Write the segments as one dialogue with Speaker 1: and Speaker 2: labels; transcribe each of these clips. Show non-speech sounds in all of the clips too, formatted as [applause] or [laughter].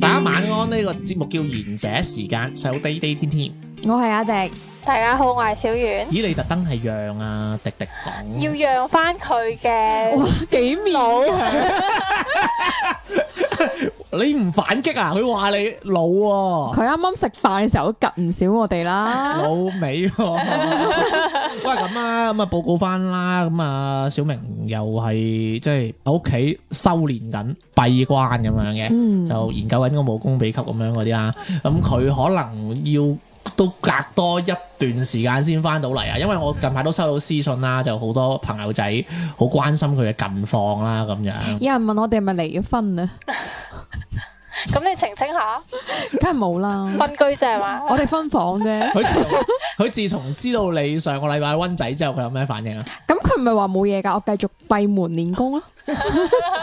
Speaker 1: 大家晚安。呢個節目叫賢者時間，細佬滴滴天天。
Speaker 2: 我係阿迪，
Speaker 3: 大家好，我係小遠，
Speaker 1: 咦，你特登係讓啊迪迪講，
Speaker 3: 要讓翻佢嘅
Speaker 2: 幾秒
Speaker 1: 你唔反擊啊？佢話你老喎，
Speaker 4: 佢啱啱食飯嘅時候都及唔少我哋啦。
Speaker 1: [laughs] 老
Speaker 4: [laughs]
Speaker 1: 尾喎。喂，咁啊，咁啊，報告翻啦。咁啊，小明又係即係喺屋企修練緊閉關咁樣嘅。
Speaker 4: 嗯，
Speaker 1: 就研究緊個武功秘笈咁樣嗰啲啦。咁佢可能要都隔多一段時間先翻到嚟啊，因為我近排都收到私信啦，就好多朋友仔好關心佢嘅近況啦咁樣。
Speaker 4: [laughs] [laughs] 有人問我哋係咪離咗婚啊？
Speaker 5: 咁你澄清下，
Speaker 4: 梗係冇啦，
Speaker 5: 分居啫係嘛？
Speaker 4: [laughs] 我哋分房啫。
Speaker 1: 佢自從佢自從知道你上個禮拜温仔之後，佢有咩反應啊？
Speaker 4: 咁佢唔係話冇嘢㗎，我繼續閉門練功咯。啊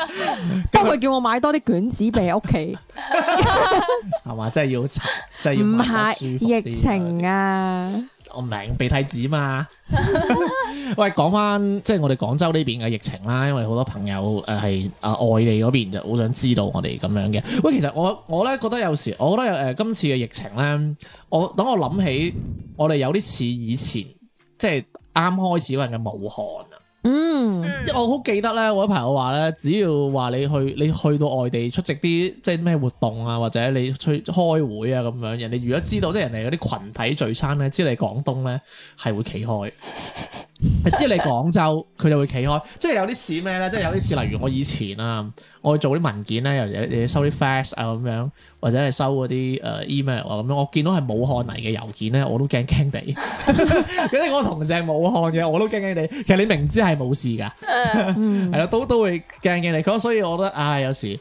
Speaker 1: [laughs]
Speaker 4: 不過佢叫我買多啲卷紙俾屋
Speaker 1: [laughs]
Speaker 4: 企，
Speaker 1: 係嘛？真係要查真係要
Speaker 4: 唔
Speaker 1: 哎
Speaker 4: 係
Speaker 1: 買得舒服啲
Speaker 4: 疫情啊。
Speaker 1: 我唔明鼻涕紙嘛。 [laughs] 喂，講翻即係我哋廣州呢邊嘅疫情啦，因為好多朋友誒係啊外地嗰邊就好想知道我哋咁樣嘅。喂，其實我我咧覺得有時，我覺得誒、呃今次嘅疫情咧，我等我諗起我哋有啲似以前即係啱開始嗰陣嘅武漢啊。
Speaker 4: 嗯，
Speaker 5: 嗯
Speaker 1: 因為我好記得咧，我啲朋友話咧，只要話你去你去到外地出席啲即係咩活動啊，或者你去開會啊咁樣，人哋如果知道即係人哋嗰啲群體聚餐咧，知你廣東咧係會企開，係知你廣州佢就會企開，即係有啲似咩咧？即係有啲似例如我以前啊，我做啲文件咧，又有有收啲 fax 啊咁樣，或者係收嗰啲誒 email 啊咁樣，我見到係武漢嚟嘅郵件咧，我都驚驚地。 [laughs] 有啲我同事係武漢嘅，我都驚驚地。其實你明知係冇事㗎。
Speaker 5: 嗯
Speaker 1: 係啦，都都會驚驚你。咁所以我覺得，唉、有時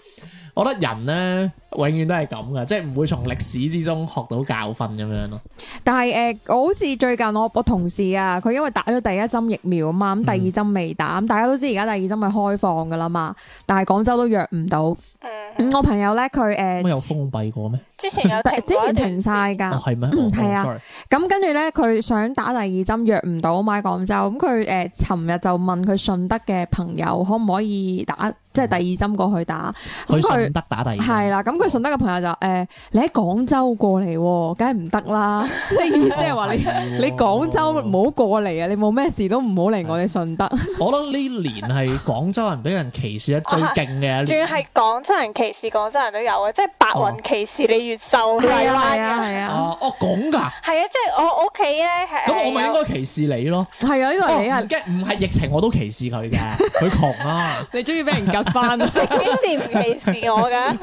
Speaker 1: 我覺得人咧，永遠都係咁噶，即係唔會從歷史之中學到教訓咁樣咯。
Speaker 4: 但係誒、呃我好似最近我我同事啊，佢因為打咗第一針疫苗啊
Speaker 1: 嗯
Speaker 4: 嘛，咁第二針未打，咁大家都知而家第二針係開放㗎啦嘛，但係廣州都約唔到。
Speaker 5: 嗯，
Speaker 4: 咁我朋友咧佢
Speaker 1: 咁
Speaker 4: [laughs]
Speaker 1: 有
Speaker 4: 誒。
Speaker 1: 封閉過咩？
Speaker 5: 之前有
Speaker 4: 但
Speaker 5: 停
Speaker 4: 嗯之
Speaker 5: 過一
Speaker 4: 前
Speaker 5: 段
Speaker 4: 停晒
Speaker 5: 時間，
Speaker 4: 㗎
Speaker 1: 哦，，係咩？
Speaker 4: 嗯
Speaker 1: 哦
Speaker 4: 係啊
Speaker 1: 哦，sorry
Speaker 4: 咁跟住咧，佢想打第二針約唔到買廣州，咁佢誒尋日就問佢順德嘅朋友可唔可以打，即係第二針過去打。咁佢
Speaker 1: 去哦順德嗯打第二針。
Speaker 4: 係啦，咁佢順德嘅朋友就誒、呃你喺廣州過嚟喎，梗係唔得
Speaker 1: [laughs]
Speaker 4: 啦。即係意思係話你
Speaker 1: 哦。係喎
Speaker 4: 你廣州
Speaker 1: 哦
Speaker 4: 唔好過嚟啊！你冇咩事都唔好嚟我哋順
Speaker 1: [laughs]
Speaker 4: 德。
Speaker 1: 我覺得呢年係廣州人俾人歧視得最勁
Speaker 4: [laughs]
Speaker 1: 嘅一
Speaker 5: 仲
Speaker 1: 年。
Speaker 5: 要係廣州人歧視廣州人都有嘅，即係白雲歧視你越秀係
Speaker 4: 哦
Speaker 5: 啦。
Speaker 4: 係啊，係啊，
Speaker 1: 哦，哦咁㗎，
Speaker 5: 係啊，即係我我屋企咧係啊
Speaker 1: 咁我咪應
Speaker 5: 有
Speaker 1: 該歧視你咯。
Speaker 4: 係啊！呢
Speaker 1: 哦
Speaker 4: 個
Speaker 1: 唔
Speaker 4: 啊你係
Speaker 1: 驚，唔係疫情我都歧視佢嘅，佢窮啊。
Speaker 4: 你中意俾人夾翻啊！
Speaker 5: 幾時唔歧視我
Speaker 1: [laughs]
Speaker 5: 㗎？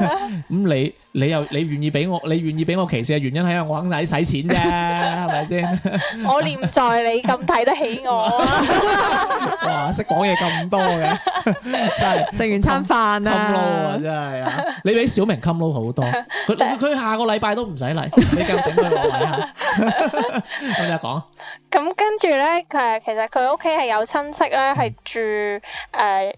Speaker 1: 咁你你又你願意俾我，你願意俾我歧視嘅原因係因為我肯使使
Speaker 5: [laughs]
Speaker 1: 錢啫，係咪先？ [laughs]
Speaker 5: 我念在你咁睇得起我啊，
Speaker 1: 哇！識講嘢咁多嘅， [laughs] 真
Speaker 4: [laughs]
Speaker 1: 係
Speaker 4: 食完餐飯
Speaker 1: 襟撈啊！
Speaker 4: 啊，
Speaker 1: 真係啊！你比小明襟撈好多，佢佢佢下個禮拜都唔使嚟，你夠頂佢落位
Speaker 5: [laughs]
Speaker 1: 啊！咁就講
Speaker 5: 咁跟住咧，佢其實佢屋企係有親戚咧係住誒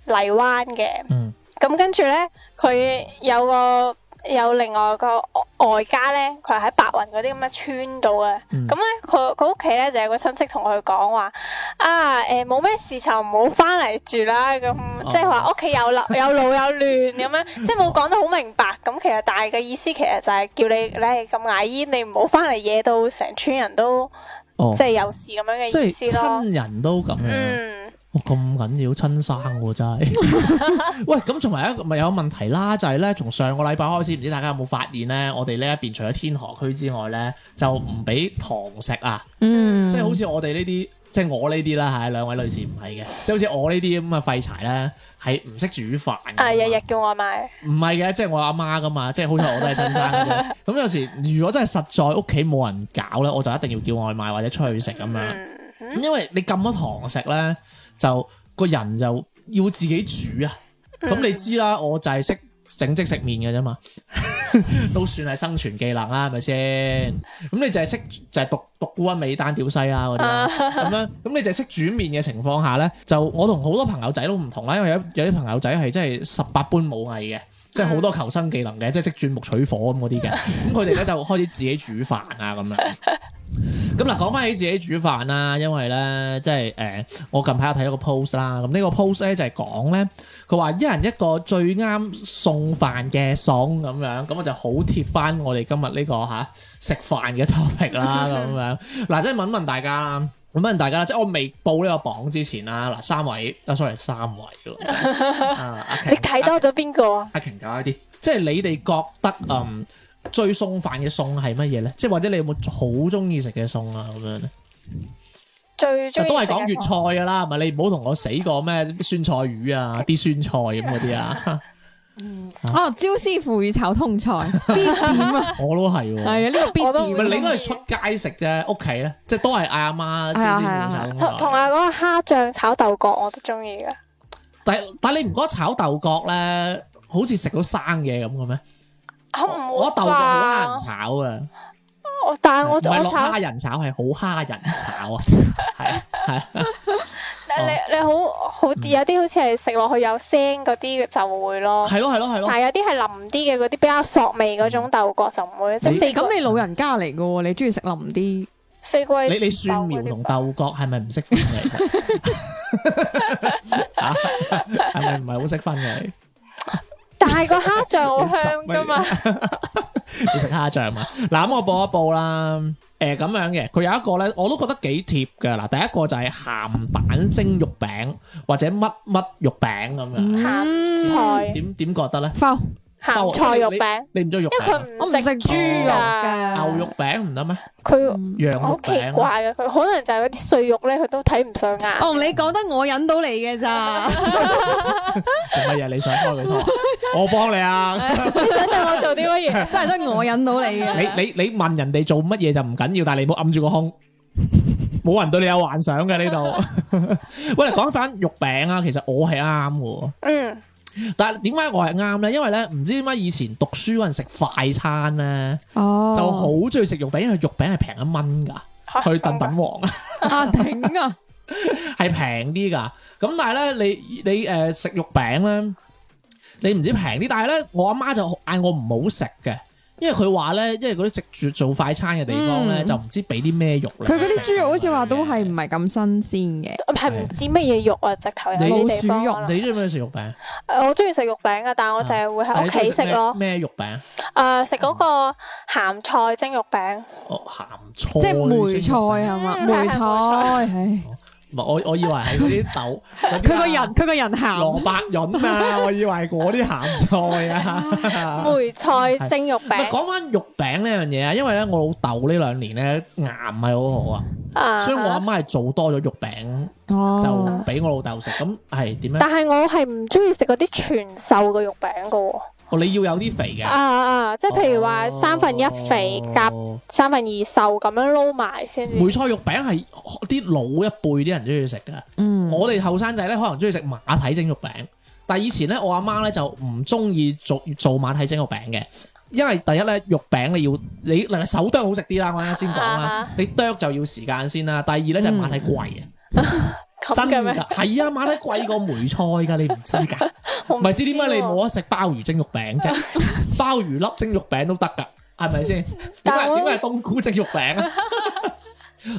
Speaker 5: 荔灣嘅。
Speaker 1: 嗯
Speaker 5: 咁跟住咧，佢有個有另外個外家咧，佢係喺白雲嗰啲咁嘅村度啊。
Speaker 1: 嗯
Speaker 5: 咁咧、佢佢屋企咧就有個親戚同佢講話啊，誒冇咩事就唔好翻嚟住啦。咁
Speaker 1: 哦
Speaker 5: 即係話屋企
Speaker 1: [laughs]
Speaker 5: 有樓有路有亂咁樣，即係冇講得好明白。咁其實大嘅意思其實就係叫你你係咁牙煙，你唔好翻嚟惹到成村人都
Speaker 1: 哦
Speaker 5: 即，係有事咁樣嘅
Speaker 1: 即
Speaker 5: 意
Speaker 1: 係
Speaker 5: 思咯。
Speaker 1: 親人都咁樣，
Speaker 5: 嗯，
Speaker 1: 哇咁緊要親生喎真
Speaker 5: [laughs]
Speaker 1: 係。喂，咁仲埋一個咪有個問題啦，就係咧，從上個禮拜開始，唔知大家有冇發現咧，我哋呢一邊除咗天河區之外咧，就唔俾堂食啊。
Speaker 4: 嗯
Speaker 1: 即係好似我哋呢啲，即係我呢啲啦嚇，兩位女士唔係嘅，即係好似我呢啲咁嘅廢柴咧，係唔識煮飯㗎嘛
Speaker 5: 啊日日叫外賣。
Speaker 1: 唔係嘅，即係我阿媽噶嘛，即係好彩我都係親生嘅啫。咁有時如果真係實在屋企冇人搞咧，我就一定要叫外賣或者出去食咁樣。
Speaker 5: 嗯
Speaker 1: 咁因為你禁咗堂食咧，就個人就要自己煮啊。咁、你知啦，我就係識整即食麵嘅啫嘛，都算係生存技能啦，係咪先？咁你就係識就係獨獨孤美單屌西啦嗰啲啦，咁樣咁你就係識煮麵嘅情況下咧，就我同好多朋友仔都唔同啦，因為有有啲朋友仔係真係十八般武藝嘅。即係好多求生技能嘅，即係識鑽木取火咁嗰啲嘅，
Speaker 5: 嗯
Speaker 1: 咁佢哋咧就開始自己煮飯啊咁樣。咁嗱，講翻起自己煮飯啦，因為咧，即係誒、呃我近排有睇一個 post 啦，咁呢個 post 咧就係講咧，佢話一人一個最啱送飯嘅餸咁樣，咁我就好貼翻我哋今日呢、個吓、食飯嘅 topic
Speaker 5: [laughs]
Speaker 1: 啦咁樣。嗱，即係問問大家啦。問問大家啦，即係我未報呢個榜之前啦，嗱三位，啊 sorry 三位喎，啊阿瓊
Speaker 5: [laughs] 你睇多咗邊個啊？
Speaker 1: 阿瓊搞一啲，即係你哋覺得嗯最送飯嘅餸係乜嘢咧？即係或者你有冇好中意食嘅餸啊咁樣咧？
Speaker 5: 最中意
Speaker 1: 都係
Speaker 5: 食
Speaker 1: 講
Speaker 5: 嘅餸
Speaker 1: 粵菜噶啦，唔係你唔好同我死過咩酸菜
Speaker 5: [laughs]
Speaker 1: 魚啊、啲酸菜咁嗰啲啊， [laughs]
Speaker 4: 哦，椒絲腐乳炒通菜， [laughs] 必點啊！
Speaker 1: 我都係
Speaker 4: 係
Speaker 1: 喎。
Speaker 4: 啊，呢個必
Speaker 5: 我都
Speaker 4: 點
Speaker 1: 唔
Speaker 4: 啊。
Speaker 1: 係哦你都係出街食啫，屋企咧即係都係嗌阿媽
Speaker 4: 係啊係
Speaker 1: 椒
Speaker 4: 啊
Speaker 1: 椒
Speaker 5: 同
Speaker 1: 炒
Speaker 5: 同埋嗰個蝦醬炒豆角我都中意嘅，
Speaker 1: 但係但係你唔覺得炒豆角咧好似食到生嘢咁嘅咩？
Speaker 5: 啊唔
Speaker 1: 我
Speaker 5: 會
Speaker 1: 覺得豆角好蝦人
Speaker 5: 啩？
Speaker 1: 炒啊！
Speaker 5: 我但係我
Speaker 1: 唔係
Speaker 5: 我
Speaker 1: 落
Speaker 5: 炒
Speaker 1: 蝦人炒係
Speaker 5: [laughs]
Speaker 1: 好蝦人炒啊，係係哦
Speaker 5: 但係你你好好有
Speaker 1: 嗯
Speaker 5: 啲好似係食落去有聲嗰啲就會咯，
Speaker 1: 係咯係咯係咯嗯
Speaker 5: 但。係有啲係腍啲嘅嗰啲比較索味嗰種豆角就唔會，即係四季
Speaker 4: 咁你老人家嚟嘅喎，你中意食淋啲，
Speaker 5: 四季
Speaker 1: 你你蒜苗同豆角係咪唔識分嘅？其實
Speaker 5: [laughs]
Speaker 1: 啊係咪唔係好識分嘅？你
Speaker 5: 但係個蝦醬好香噶
Speaker 1: [laughs]
Speaker 5: 嘛，
Speaker 1: 你食蝦醬嘛？嗱，咁我報一報啦。誒咁樣嘅，佢有一個咧，我都覺得幾貼嘅。嗱，第一個就係鹹蛋蒸肉餅或者乜乜肉餅咁
Speaker 5: 嗯
Speaker 4: 嗯
Speaker 1: 樣。
Speaker 5: 鹹
Speaker 1: 點點覺得咧？
Speaker 4: 包
Speaker 5: 菜鹹菜肉餅，
Speaker 1: 嗯你唔中意肉
Speaker 5: 因為佢
Speaker 1: 餅？
Speaker 5: 唔
Speaker 4: 我唔食
Speaker 5: 食
Speaker 4: 豬肉
Speaker 5: 㗎
Speaker 4: 㗎，
Speaker 1: 牛肉餅唔得咩？
Speaker 5: 佢。
Speaker 1: 羊
Speaker 5: 我
Speaker 1: 嗯肉
Speaker 5: 嗯好奇
Speaker 1: 餅啊呢
Speaker 5: 怪嘅，佢可能就係嗰啲碎肉咧，佢都睇唔上眼。
Speaker 4: 我
Speaker 1: 哦
Speaker 4: 哦同你講得我引到你嘅咋，
Speaker 1: 做乜嘢？你想開佢
Speaker 5: [laughs]
Speaker 1: 拖啊？我幫你啊！ [laughs]
Speaker 5: 你想對我做啲乜嘢？
Speaker 4: 真係啊得我引到你嘅。
Speaker 1: 你你你問人哋做乜嘢就唔緊要，但係你唔好揞住個
Speaker 4: [laughs]
Speaker 1: 胸，冇人對你有幻想嘅呢度。
Speaker 4: [laughs]
Speaker 1: 喂，嚟講翻肉餅啊，其實我係啱嘅，
Speaker 5: 嗯，
Speaker 1: 但係點解我係啱咧？因為咧唔知點解以前讀書嗰陣食快餐咧，
Speaker 4: 哦
Speaker 1: 就好中意食肉餅，因為肉餅係平一蚊㗎，去燉品王
Speaker 4: 啊頂啊！
Speaker 1: 係平啲㗎。咁但係咧，你你誒、呃食肉餅咧，你唔知平啲，但係咧我阿媽就嗌我唔好食嘅。因為佢話咧，因為嗰啲食住做快餐嘅地方咧，
Speaker 4: 嗯
Speaker 1: 就唔知俾啲咩肉你食啊
Speaker 4: 佢嗰啲豬肉好似話都係唔係咁新鮮嘅，
Speaker 5: 係哦唔知乜嘢肉啊，直頭有
Speaker 1: 你
Speaker 5: 啲地方
Speaker 4: 老
Speaker 5: 可能。
Speaker 1: 你中唔中意食肉餅？
Speaker 5: 誒我中意食肉餅噶，但係我就係會喺屋企食咯。
Speaker 1: 咩咩肉餅？
Speaker 5: 誒，啊食嗰個鹹菜蒸肉餅，
Speaker 1: 哦，鹹菜，
Speaker 4: 即係梅菜啊係嘛？ [laughs]
Speaker 5: 嗯
Speaker 4: 梅菜，
Speaker 5: 係
Speaker 4: 唉啊
Speaker 1: 唔係我我以為係嗰啲豆，佢
Speaker 4: 佢個人佢個人
Speaker 1: 蘿
Speaker 4: 鹹，
Speaker 1: 蔔潤啊，我以為係嗰啲鹹
Speaker 4: [laughs]
Speaker 1: 菜啊。
Speaker 5: 梅菜蒸肉
Speaker 1: 唔係啊
Speaker 5: 餅。
Speaker 1: 講翻肉餅呢樣嘢啊，因為咧我老豆呢兩年咧牙唔係好好啊，
Speaker 5: 啊
Speaker 1: 所以我阿媽係做多咗肉餅就
Speaker 4: 哦，
Speaker 1: 俾我老豆食，咁係點咧？
Speaker 5: 但係我係唔中意食嗰啲全瘦嘅肉餅噶喎。
Speaker 1: 哦，你要有啲肥嘅
Speaker 5: 啊，啊！即係譬如話
Speaker 1: 哦
Speaker 5: 三分一肥夾三分二瘦咁樣撈埋先至。
Speaker 1: 梅菜肉餅係啲老一輩啲人中意食㗎。
Speaker 4: 嗯，
Speaker 1: 我哋後生仔咧可能中意食馬蹄蒸肉餅，但係以前咧我阿媽咧就唔中意做做馬蹄蒸肉餅嘅，因為第一咧肉餅你要你嗱手剁好食啲啦，我啱啱先講啦
Speaker 5: 啊，嗯
Speaker 1: 你剁就要時間先啦。第二咧就係馬蹄貴啊，
Speaker 5: 咁
Speaker 1: 真
Speaker 5: 嘅
Speaker 1: 㗎
Speaker 5: 咩？
Speaker 1: 係啊，馬蹄貴過梅菜㗎，你唔知㗎，
Speaker 5: [laughs] 我
Speaker 1: 唔係啊知點解你
Speaker 5: 喎
Speaker 1: 冇得食鮑魚蒸肉餅
Speaker 5: [laughs]
Speaker 1: 啫，鮑魚粒蒸肉餅都得㗎，係咪先？點
Speaker 5: 但
Speaker 1: 解
Speaker 5: 我
Speaker 1: 點解係冬菇蒸肉餅
Speaker 5: [laughs]
Speaker 1: 啊？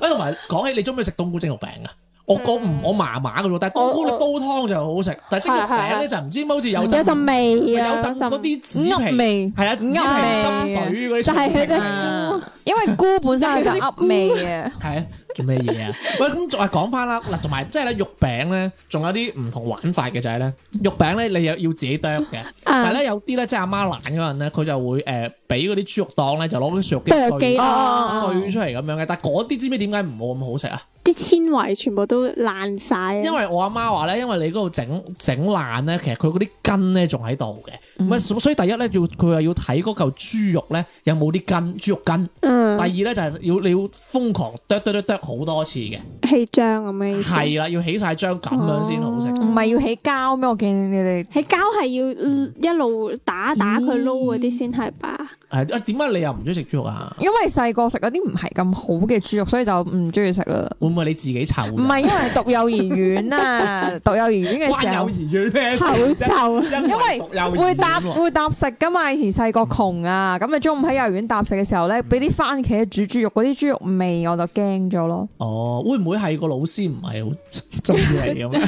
Speaker 1: 哎，同埋講起你中唔中意食冬菇蒸肉餅啊？我覺唔我麻麻嘅啫，但係冬菇你
Speaker 5: 嗯我我
Speaker 1: 煲湯就好好食，但係蒸肉餅咧就唔知點解好似有
Speaker 5: 有陣味啊，
Speaker 1: 有陣嗰啲紙
Speaker 4: 噏
Speaker 1: 皮，
Speaker 4: 味，
Speaker 1: 係啊，紙皮
Speaker 4: 噏味
Speaker 1: 心水嗰啲
Speaker 5: 就係
Speaker 1: 全部食
Speaker 5: 佢隻
Speaker 1: 啊
Speaker 4: 啊因為菇本身係就噏味嘅，
Speaker 1: 係啊，做咩嘢啊？喂，咁仲係講翻啦，嗱，同埋即係咧肉餅咧，仲有啲唔同玩法嘅就係咧，肉餅咧你又要自己剁嘅，但係咧有啲咧即係阿媽懶嗰陣咧，佢就會誒俾嗰啲豬肉檔咧就攞啲碎肉機
Speaker 5: 剁
Speaker 1: 碎
Speaker 5: 機
Speaker 4: 哦
Speaker 5: 啊，
Speaker 4: 哦
Speaker 1: 碎出嚟咁樣嘅，但係嗰啲知唔知點解唔冇咁好食啊？
Speaker 6: 啲纖維全部都爛晒。啊
Speaker 1: 因為我阿媽話咧，因為你嗰度整整爛咧，其實佢嗰啲根咧仲喺度嘅，
Speaker 6: 嗯
Speaker 1: 唔係、所以第一咧要佢話要睇嗰嚿豬肉咧有冇啲筋，豬肉筋。
Speaker 6: 嗯
Speaker 1: 第，二咧就係要你要瘋狂剁剁剁剁好多次嘅，
Speaker 6: 氣漿咁嘅意思。
Speaker 1: 係啦，要起晒張咁樣先好食。
Speaker 6: 哦
Speaker 4: 唔係要起膠咩？我見你哋
Speaker 6: 喺膠係要嗯一路打打佢
Speaker 4: 咦
Speaker 6: 撈嗰啲先係吧？
Speaker 1: 係啊，點解你又唔中意食豬肉啊？
Speaker 4: 因為細個食嗰啲唔係咁好嘅豬肉，所以就唔中意食啦。
Speaker 1: 會唔會你自己臭？
Speaker 4: 唔，係因為讀幼兒園啊，讀幼兒園嘅時
Speaker 1: 關
Speaker 4: 候
Speaker 1: 幼。兒園啊咩事
Speaker 6: 口
Speaker 1: 啫？
Speaker 6: 臭，啊
Speaker 1: 因為讀幼兒園
Speaker 4: 會搭
Speaker 1: 喎
Speaker 4: 會搭食噶嘛？以前細個窮啊，咁你中午喺幼兒園搭食嘅時候咧，俾啲番茄煮豬肉嗰啲豬肉味，我就驚咗咯。
Speaker 1: 哦，會唔會係個老師唔係
Speaker 6: [laughs]
Speaker 1: 好中意你咁樣？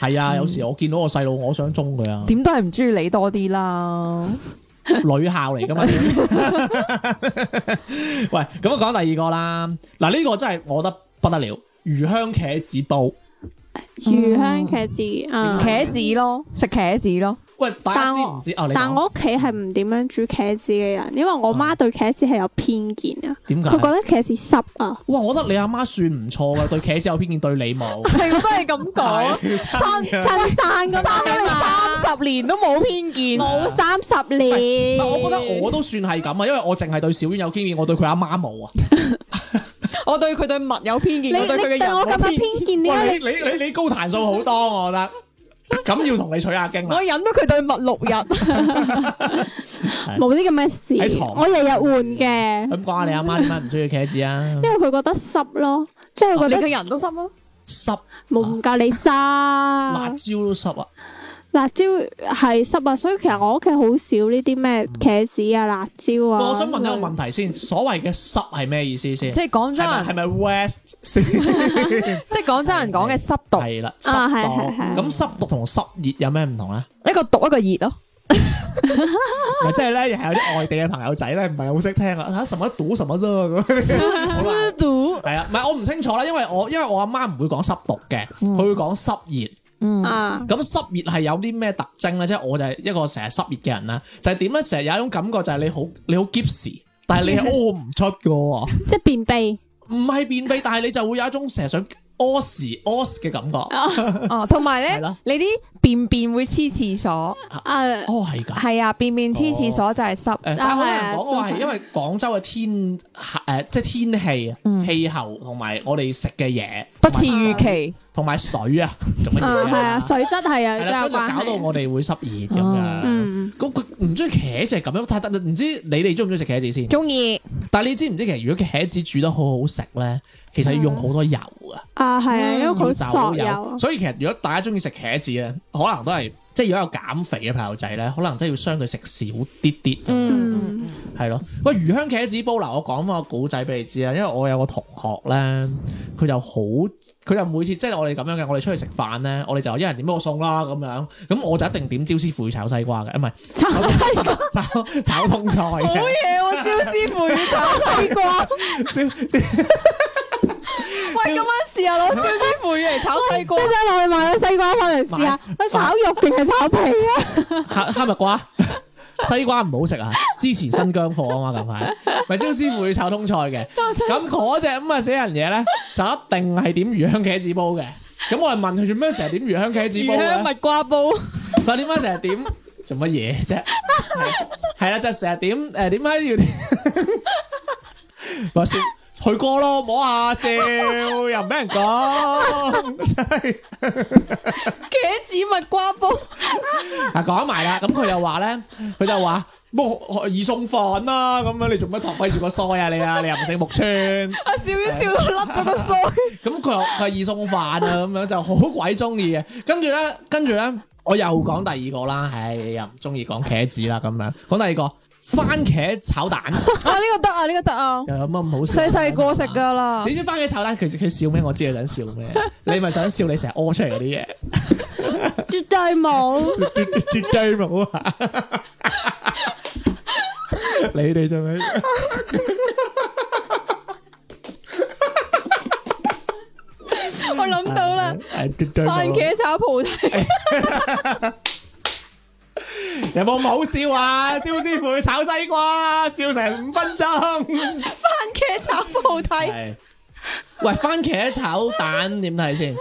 Speaker 1: 係
Speaker 6: 嗯
Speaker 1: 啊，有時我見到我細佬，我想中佢啊，
Speaker 4: 點都係唔中意你多啲啦。
Speaker 1: 女校嚟
Speaker 6: [laughs]
Speaker 1: 噶嘛？ [laughs] 喂，咁啊講第二個啦，嗱呢個真係我覺得不得了，魚香茄子煲。
Speaker 6: 魚香茄子啊！
Speaker 4: 茄子咯，嗯食茄子咯。
Speaker 1: 喂，大家
Speaker 6: 但
Speaker 1: 知
Speaker 6: 我
Speaker 1: 唔知啊？你
Speaker 6: 但
Speaker 1: 講
Speaker 6: 我屋企係唔點樣煮茄子嘅人，因為我媽對茄子係有偏見啊，
Speaker 1: 點解
Speaker 6: 佢？覺得茄子濕啊。
Speaker 1: 哇，我覺得你阿媽算唔錯噶，對茄子有偏見，對你
Speaker 6: [laughs]
Speaker 1: 冇。
Speaker 4: 係我都係咁講，
Speaker 6: 哎啊
Speaker 1: 係真嘅
Speaker 6: 親生噶
Speaker 4: 生咗你三十年都冇偏見。
Speaker 6: 冇三十年。
Speaker 1: 但我覺得我都算係咁啊，因為我淨係對小丸有偏見，我對佢阿媽冇啊。
Speaker 4: 我對佢對物有偏
Speaker 6: 你
Speaker 4: 見，我對佢
Speaker 6: 你
Speaker 4: 嘅
Speaker 6: 對
Speaker 4: 人
Speaker 6: 我
Speaker 4: 冇
Speaker 6: 咁有
Speaker 4: 偏見。
Speaker 6: 偏見，點解
Speaker 1: 喂，
Speaker 6: 你
Speaker 1: 你你你你高彈數好多，我覺得。 [laughs] 咁要同你取下經啦
Speaker 4: 我。忍咗佢對物六日，
Speaker 6: 冇啲咁嘅
Speaker 1: 喺
Speaker 6: 事？
Speaker 1: 床
Speaker 6: 我日日換嘅，
Speaker 1: 咁講下你阿媽點解唔中意茄子啊？
Speaker 6: 因為佢覺得濕咯，即係佢
Speaker 4: [laughs]
Speaker 6: 覺
Speaker 4: 你
Speaker 6: 得
Speaker 4: 嘅人都啊心咯。
Speaker 1: 濕
Speaker 5: 啊
Speaker 6: 冇唔夠你
Speaker 1: 辣
Speaker 6: 濕。
Speaker 1: 椒都濕啊！
Speaker 6: 辣椒係濕啊，所以其實我屋企好少呢啲
Speaker 4: 嗯
Speaker 6: 咩茄子啊、辣椒
Speaker 1: 喂
Speaker 6: 啊。
Speaker 1: 我想問一個問題先，所謂嘅濕係咩意思先？
Speaker 4: 即係廣州
Speaker 1: 係咪
Speaker 4: 人，
Speaker 1: 係咪 West 先？
Speaker 4: 即係廣州人講嘅濕毒，
Speaker 1: 係啦，濕
Speaker 6: 啊係係係
Speaker 1: 毒。咁濕毒同濕熱有咩唔同咧？
Speaker 4: 一個毒一個熱咯。
Speaker 1: 咪即係咧，又係有啲外地嘅朋友仔咧，唔係好識聽啊！嚇，什麼賭什麼啫咁。
Speaker 4: 濕毒，
Speaker 1: 係啊，唔係我唔清楚啦，因為我因為我阿媽唔會講濕毒嘅，佢會講濕熱。
Speaker 4: 嗯，
Speaker 6: 啊，
Speaker 1: 咁濕熱係有啲咩特徵咧？即係我就係一個成日濕熱嘅人啦，就係點咧？成日有一種感覺就係你好你好 gips，但係
Speaker 4: [laughs]
Speaker 1: 你係屙唔出嘅喎，
Speaker 6: 即係便秘。
Speaker 1: 唔係便秘，但係你就會有一種成日想屙屎屙屎嘅感覺。
Speaker 4: 哦，同埋
Speaker 1: 係咯
Speaker 4: 咧，你啲便便會黐廁所，
Speaker 6: 啊，
Speaker 1: 哦，係㗎。
Speaker 4: 係啊，便便黐廁所就係濕。
Speaker 1: 誒，但係好難講，我話係因為廣州嘅天誒，即係天氣啊、氣候同埋我哋食嘅嘢，
Speaker 4: 嗯不似預期，
Speaker 1: 同埋水啊， [laughs] 做乜
Speaker 6: 啊
Speaker 1: 嘢
Speaker 6: 係啊，水質係
Speaker 1: 係
Speaker 6: 啊，
Speaker 1: 啦，
Speaker 6: 有
Speaker 1: 跟住
Speaker 6: 關
Speaker 1: 搞到
Speaker 6: 係。
Speaker 1: 我哋會濕熱咁
Speaker 4: 哦
Speaker 1: 樣。
Speaker 6: 嗯，
Speaker 1: 咁佢唔中意茄子係咁樣，但但唔知你哋中唔中意食茄子
Speaker 6: 嗯
Speaker 1: 先？
Speaker 4: 中意
Speaker 1: 但係你知唔知其實如果茄子煮得好好食咧，其實要用好多油噶，
Speaker 6: 啊係啊，因
Speaker 4: 嗯
Speaker 6: 為佢好索
Speaker 1: 要
Speaker 6: 油。
Speaker 1: 所以其實如果大家中意食茄子咧，可能都係即係如果有減肥嘅朋友仔咧，可能真係要相對食少啲啲。
Speaker 4: 嗯，
Speaker 6: 嗯，
Speaker 1: 係咯，喂，魚香茄子煲嗱，我講翻個古仔俾你知啊，因為我有個同學咧，佢就好，佢就每次即係我哋咁樣嘅，我哋出去食飯咧，我哋就一人點一個餸啦咁樣，咁我就一定點椒絲腐乳炒西瓜嘅，唔係
Speaker 6: 炒西
Speaker 4: [laughs]
Speaker 6: 瓜
Speaker 1: 炒炒通菜
Speaker 4: 好
Speaker 1: 嘅，
Speaker 4: 嘢喎！椒師傅要炒西瓜， [laughs] 喂，今晚試下 [laughs] 攞椒師傅嚟炒西瓜
Speaker 6: 即。係落去買咗西瓜翻嚟試下，佢炒肉定係炒皮啊？
Speaker 1: 哈哈
Speaker 4: [laughs]
Speaker 1: 密瓜。西瓜唔好食啊！支持新疆貨啊嘛，近
Speaker 4: [laughs]
Speaker 1: 排咪椒師傅會炒通菜嘅，咁嗰只咁嘅死人嘢咧，就一定係點魚香茄子煲嘅。咁我係問佢做咩成日點魚香茄子煲
Speaker 4: [laughs] 魚
Speaker 1: 嘅
Speaker 4: 香
Speaker 1: 呢
Speaker 4: 蜜瓜煲， [laughs]
Speaker 1: 佢點解成日點做乜嘢啫？係啦，就成日點誒點解要點？ [laughs] 話笑去歌咯，唔好啊笑，又唔俾人講，真係
Speaker 4: 茄子蜜瓜煲，
Speaker 1: 嗱講埋啦。咁佢又話咧，佢就話。冇易送飯啦，咁樣你做乜頭揮住個腮啊
Speaker 4: [laughs]
Speaker 1: 你啊，你又唔醒目村，咁
Speaker 4: 啊笑一笑到甩咗個腮。
Speaker 1: 佢又佢係易送飯啊，咁樣就好鬼中意嘅。跟住咧，跟住咧，我又講第二個啦，唉，又唔中意講茄子啦，咁樣講第二個番茄炒
Speaker 4: [laughs]
Speaker 1: 蛋。
Speaker 4: [laughs] 啊，呢個得啊，呢個得啊，
Speaker 1: 又有乜唔好笑？
Speaker 4: 細細個食。噶啦 [laughs]
Speaker 1: 你。知唔知番茄炒蛋佢佢笑咩？我知啊你想笑咩？你咪想笑你成日屙出嚟嗰
Speaker 4: [laughs]
Speaker 1: 啲
Speaker 6: 絕對冇。
Speaker 1: 嘢，絕絕絕對冇啊！你哋做咩？
Speaker 4: 我諗到 [laughs] 啦，
Speaker 1: 係絕對冇
Speaker 4: 番
Speaker 1: [laughs]
Speaker 4: 茄炒葡 [laughs] 提。
Speaker 1: 有冇唔好笑啊？蕭師傅炒西瓜，笑成五分鐘。
Speaker 4: 番茄炒菩提，
Speaker 1: 係喂，番茄炒蛋點睇先？呢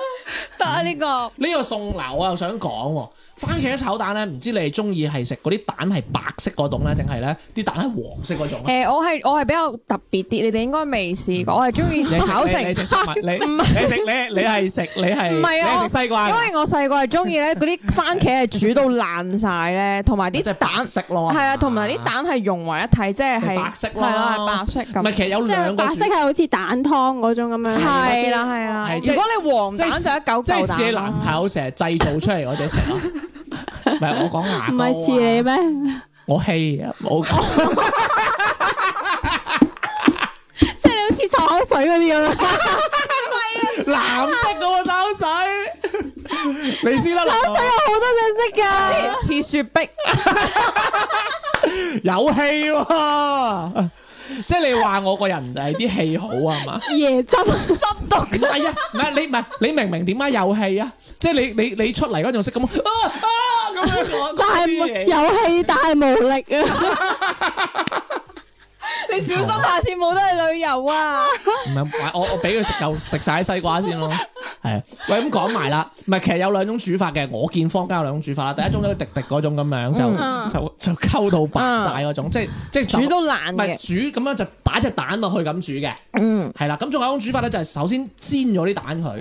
Speaker 4: 得啊 [laughs] 呢個
Speaker 1: 個餸嗱，我又想講喎，番茄炒蛋咧，唔知你係中意係食嗰啲蛋係白色嗰種咧，定係咧啲蛋係黃色嗰種咧？
Speaker 4: 誒，我係我係比較特別啲，你哋應該未試過，我係中意
Speaker 1: 你食
Speaker 4: 炒
Speaker 1: 你你食
Speaker 4: 成
Speaker 1: 食物，你
Speaker 4: [laughs]
Speaker 1: 你食你你係食你係
Speaker 4: 唔係啊
Speaker 1: 你係食西瓜
Speaker 4: 因
Speaker 1: 㗎，
Speaker 4: 為我細個係中意
Speaker 1: [laughs]
Speaker 4: 咧嗰啲番茄係煮到爛晒咧，同埋啲
Speaker 1: 即係
Speaker 4: 蛋
Speaker 1: 白色咯，
Speaker 4: 係啊，同埋啲蛋係融為一體，即係係
Speaker 1: 白色咯
Speaker 4: 係啦，係白色
Speaker 1: 唔
Speaker 4: 咁。
Speaker 1: 係其實有
Speaker 6: 即係
Speaker 1: 兩個
Speaker 6: 白色係好似蛋湯嗰種咁樣。
Speaker 4: 係啦係啦，
Speaker 1: 係即係
Speaker 4: 如果你黃蛋就一嚿
Speaker 1: 即係
Speaker 4: 嚿
Speaker 1: 似你
Speaker 6: 啊
Speaker 4: 蛋
Speaker 1: 男
Speaker 4: 啦。
Speaker 1: 朋友成日製造出嚟嗰只食咯，
Speaker 6: [laughs]
Speaker 1: 唔係我講牙
Speaker 6: 唔係似你
Speaker 1: 咩？
Speaker 6: 咩？
Speaker 1: 我氣啊，我
Speaker 6: [laughs] 即係你好似漱口水嗰啲
Speaker 1: [laughs]
Speaker 6: 咁
Speaker 1: 哦
Speaker 6: 樣，
Speaker 1: 藍色嗰個
Speaker 6: [laughs]
Speaker 1: 手
Speaker 6: 啊
Speaker 1: 水，你先得啦，
Speaker 6: 有好多隻色㗎。
Speaker 4: 似雪碧，
Speaker 1: 有氣喎，即係你話我個人係啲氣好啊嘛。
Speaker 6: 椰汁
Speaker 4: 心毒
Speaker 1: 唔係啊，唔係你唔係你明唔明點解有氣啊？即係你你你出嚟嗰陣識咁啊啊咁樣講嗰
Speaker 6: 但係
Speaker 1: 啲
Speaker 6: 冇
Speaker 1: 嘢，
Speaker 6: 有氣，但係無力啊！
Speaker 4: 你小心下次冇得去旅遊
Speaker 1: [laughs]
Speaker 4: 啊！
Speaker 1: 唔係我我俾佢食夠食晒啲西瓜先咯。係啊，喂咁講埋啦，唔係其實有兩種煮法嘅，我見坊間有兩種煮法啦。第一種就滴滴嗰種咁樣
Speaker 6: 嗯
Speaker 1: 就就就溝到白晒嗰種，即係即係
Speaker 4: 嗯煮
Speaker 1: 就
Speaker 4: 到爛
Speaker 1: 唔係
Speaker 4: 嘅，
Speaker 1: 煮咁樣就打隻蛋落去咁煮嘅，
Speaker 4: 嗯，
Speaker 1: 係啦。咁仲有一種煮法咧，就係首先煎咗啲蛋佢，
Speaker 4: 啊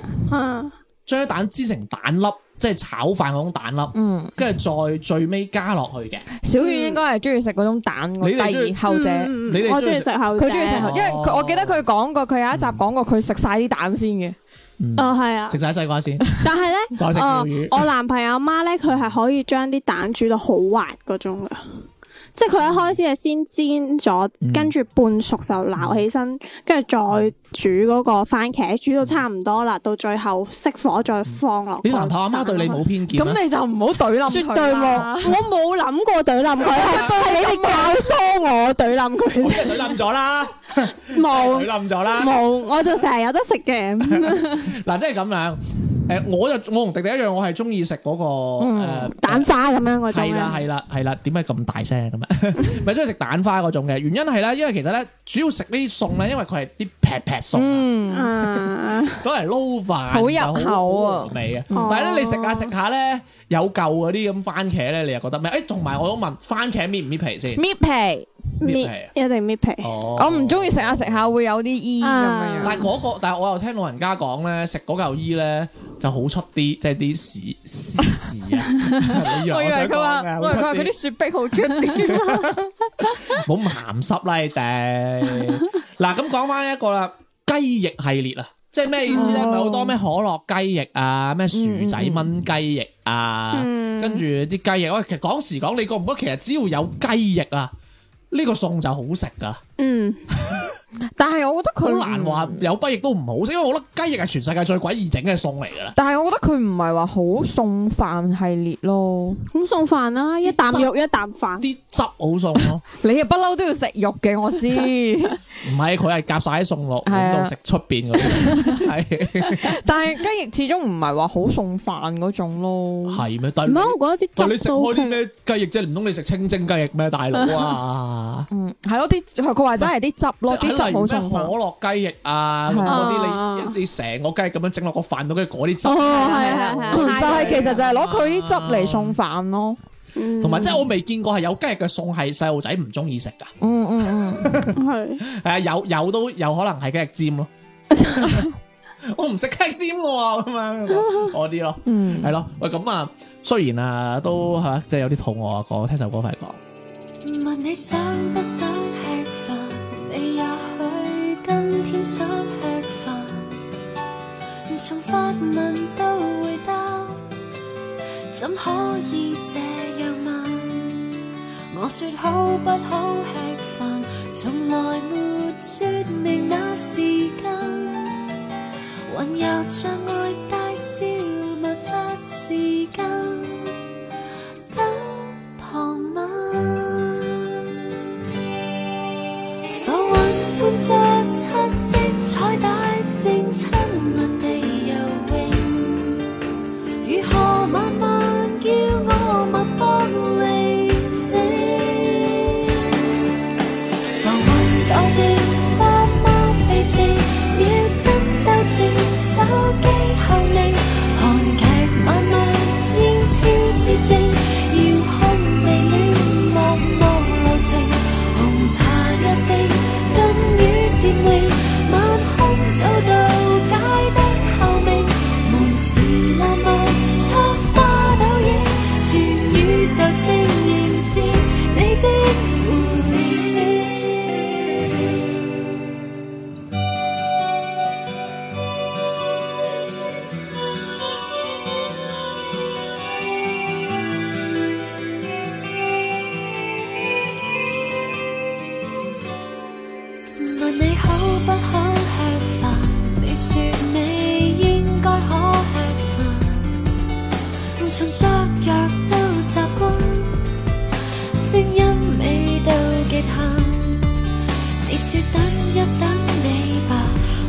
Speaker 6: 嗯
Speaker 1: 將啲蛋煎成蛋粒，即係炒飯嗰種蛋粒，
Speaker 4: 嗯，
Speaker 1: 跟住再最尾加落去嘅。
Speaker 4: 小遠應該係中意食嗰種蛋
Speaker 1: 嗯你哋嗯中
Speaker 4: 嘅第
Speaker 1: 意
Speaker 4: 二後者。
Speaker 6: 嗯嗯
Speaker 1: 你哋中
Speaker 6: 我中
Speaker 1: 意
Speaker 6: 意
Speaker 1: 食
Speaker 6: 食後者，
Speaker 4: 佢中意食後，因為佢我記得佢講過，佢有一集講過佢食晒啲蛋先嘅。
Speaker 1: 嗯
Speaker 6: 哦，係啊
Speaker 1: 食，晒西瓜先，
Speaker 6: 但係咧。
Speaker 1: 再食
Speaker 4: 哦
Speaker 1: 條魚。
Speaker 6: 我男朋友媽咧，佢係可以將啲蛋煮到好滑嗰種噶，即係佢一開始係先煎咗，
Speaker 1: 嗯
Speaker 6: 跟住半熟就撈起身，跟住再煮嗰個番茄，煮到差唔多啦，到最後熄火再放落。
Speaker 1: 你男朋友阿媽對你冇？偏見啊咩？
Speaker 4: 咁你就唔好懟冧
Speaker 6: 絕
Speaker 4: 佢
Speaker 6: 對冇
Speaker 4: 啦，啊
Speaker 6: 我冇諗過懟冧佢，係係你哋教唆我懟冧 [laughs]
Speaker 1: 我
Speaker 6: 佢，
Speaker 1: 俾人懟冧咗啦，懟
Speaker 6: [laughs] 冇
Speaker 1: 冧咗啦。
Speaker 6: 冇，我就成日有得食嘅
Speaker 1: [laughs] 嗱，即係咁樣。誒，我就我同迪迪一樣，我係中意食嗰個誒
Speaker 6: 嗯蛋花咁樣嗰種
Speaker 1: 係啦
Speaker 6: 啊。
Speaker 1: 係啦係啦，點解咁大聲咁啊？ [laughs] 咪中意食蛋花嗰種嘅，原因係咧，因為其實咧，主要食呢啲餸咧，因為佢係啲劈劈餸啊，
Speaker 4: 嗯，
Speaker 1: [laughs]
Speaker 6: 啊，
Speaker 1: 攞嚟撈飯，
Speaker 4: 好入口啊
Speaker 1: 好和味啊！
Speaker 6: 哦
Speaker 1: 但係咧，你食下食下咧，有嚿嗰啲咁番茄咧，你又覺得咩？誒，同埋我想問，番茄搣唔搣皮先？
Speaker 4: 搣
Speaker 6: 嗯
Speaker 4: 皮，
Speaker 1: 搣皮
Speaker 6: 搣
Speaker 1: 啊
Speaker 6: 一定搣皮。
Speaker 1: 哦
Speaker 4: 我唔中意食下食下會有啲煙咁樣
Speaker 1: 但係
Speaker 4: 樣。
Speaker 1: 嗰、個，但係我又聽老人家講咧，食嗰嚿衣咧就好出啲，即係啲屎屎
Speaker 4: [laughs]
Speaker 1: 屎啊！你以為
Speaker 4: 我以為
Speaker 1: 我想
Speaker 4: 佢話
Speaker 1: 講，咩
Speaker 4: 我以為佢話
Speaker 1: 好出
Speaker 4: 嗰啲
Speaker 1: 啲
Speaker 4: 雪碧好出啲。
Speaker 1: 冇咁鹹濕啦，你哋嗱咁講翻一個啦，雞翼系列啊，即係咩意思
Speaker 4: 哦
Speaker 1: 咧？咪好多咩可樂雞翼啊，咩薯仔炆雞翼啊，
Speaker 6: 嗯
Speaker 1: 跟住啲雞翼，喂，其實講時講，你覺唔覺得其實只要有雞翼啊，呢、個餸就好食噶？
Speaker 6: 嗯。
Speaker 4: [laughs] 但係我覺得
Speaker 1: 好
Speaker 4: 佢
Speaker 1: 難話有雞翼都唔好食，因為我覺得雞翼係全世界最鬼易整嘅餸嚟㗎啦。
Speaker 4: 但係我覺得佢唔係話好送飯系列咯，
Speaker 6: 咁送飯啦，一啖肉一啖飯，
Speaker 1: 啲汁好餸
Speaker 4: [laughs]
Speaker 1: 咯，
Speaker 4: 你係不嬲都要食肉嘅，我知。
Speaker 1: 唔係佢係夾晒啲餸落
Speaker 4: 係啊
Speaker 1: 碗度食出邊嗰
Speaker 4: [laughs]
Speaker 1: 啲，係
Speaker 4: [laughs] 但係雞翼始終唔係話好送飯嗰種咯。
Speaker 1: 係咩？但
Speaker 6: 唔係我覺得
Speaker 1: 但你
Speaker 6: 啲汁
Speaker 1: 食
Speaker 6: 都
Speaker 1: 開
Speaker 6: OK
Speaker 1: 啲咩雞翼啫？唔通你食清蒸雞翼咩，大佬
Speaker 4: [laughs]
Speaker 1: 啊？
Speaker 4: 嗯，係咯，啲佢話真係啲汁
Speaker 1: 即
Speaker 4: 咯，啲汁
Speaker 1: 係例如
Speaker 4: 好啊
Speaker 1: 咩
Speaker 4: 送
Speaker 1: 可
Speaker 4: 飯。
Speaker 1: 樂雞翼啊咁
Speaker 4: 係
Speaker 1: 嗰
Speaker 6: 啊
Speaker 1: 啲，你你成個雞翼咁樣整落個飯度，跟住嗰啲汁，
Speaker 6: 哦，係係
Speaker 4: 就
Speaker 6: 係，
Speaker 4: 係其實就係攞佢啲汁
Speaker 1: 啊
Speaker 4: 嚟送飯咯。
Speaker 6: 係
Speaker 1: 同埋即係我未見過係有雞翼嘅餸係細路仔唔中意食㗎。
Speaker 4: 嗯嗯嗯，
Speaker 6: 係
Speaker 1: 係啊，有有都有可能係雞翼尖咯。我唔食雞翼尖嘅喎，咁樣嗰啲咯。
Speaker 4: 嗯，
Speaker 1: 系咯，喂咁啊，雖然啊都吓，即係有啲肚餓啊，我聽首歌快講。
Speaker 7: 問你想不想吃飯？你也許今天想吃飯，從發問到回答，怎可以這樣慢？我說好不好吃飯，從來沒說明那時間，還有像愛大笑，無失時間。等傍晚，浮雲伴着七色彩帶，正親密地游泳。如何慢慢叫我脈搏寧靜？浮雲代的花貓避靜，秒針的住手機後面，韓劇晚晚英超接應，遙控微暖，幕幕流情，紅茶約定，金魚蝶泳，晚空早到解得後明，門時浪漫，出花倒影，全宇宙正燃燒你的回憶。問你可不可吃飯？你說你應該可吃飯，從雀躍到習慣，聲音美到極限。你說等一等你吧，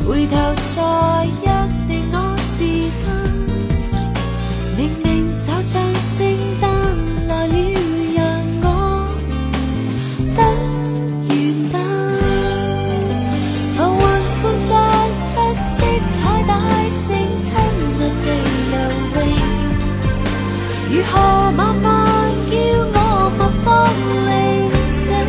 Speaker 7: 回頭再約定我時間。明明就像聖誕來了，讓我等元旦。浮雲伴着七色彩帶，正親密地游泳。如何慢慢叫我目光寧靜？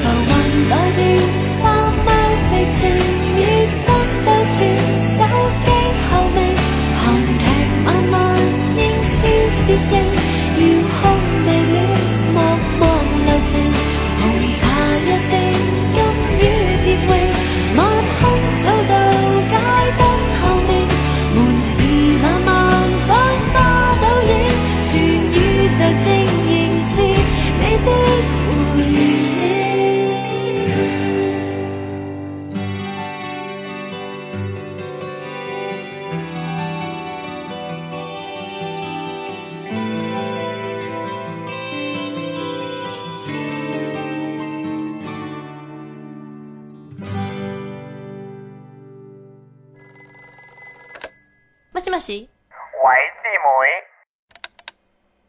Speaker 7: 浮雲來電，花貓避靜，要爭鬥轉手機後尾，韓劇慢慢英超接應，遙控微暖，默默流情，紅茶一定，金魚蝶泳，晚空早到街燈後面，門是浪漫，像花倒影，全宇宙正迎接你的回應。
Speaker 8: もしもし
Speaker 9: 喂，師妹，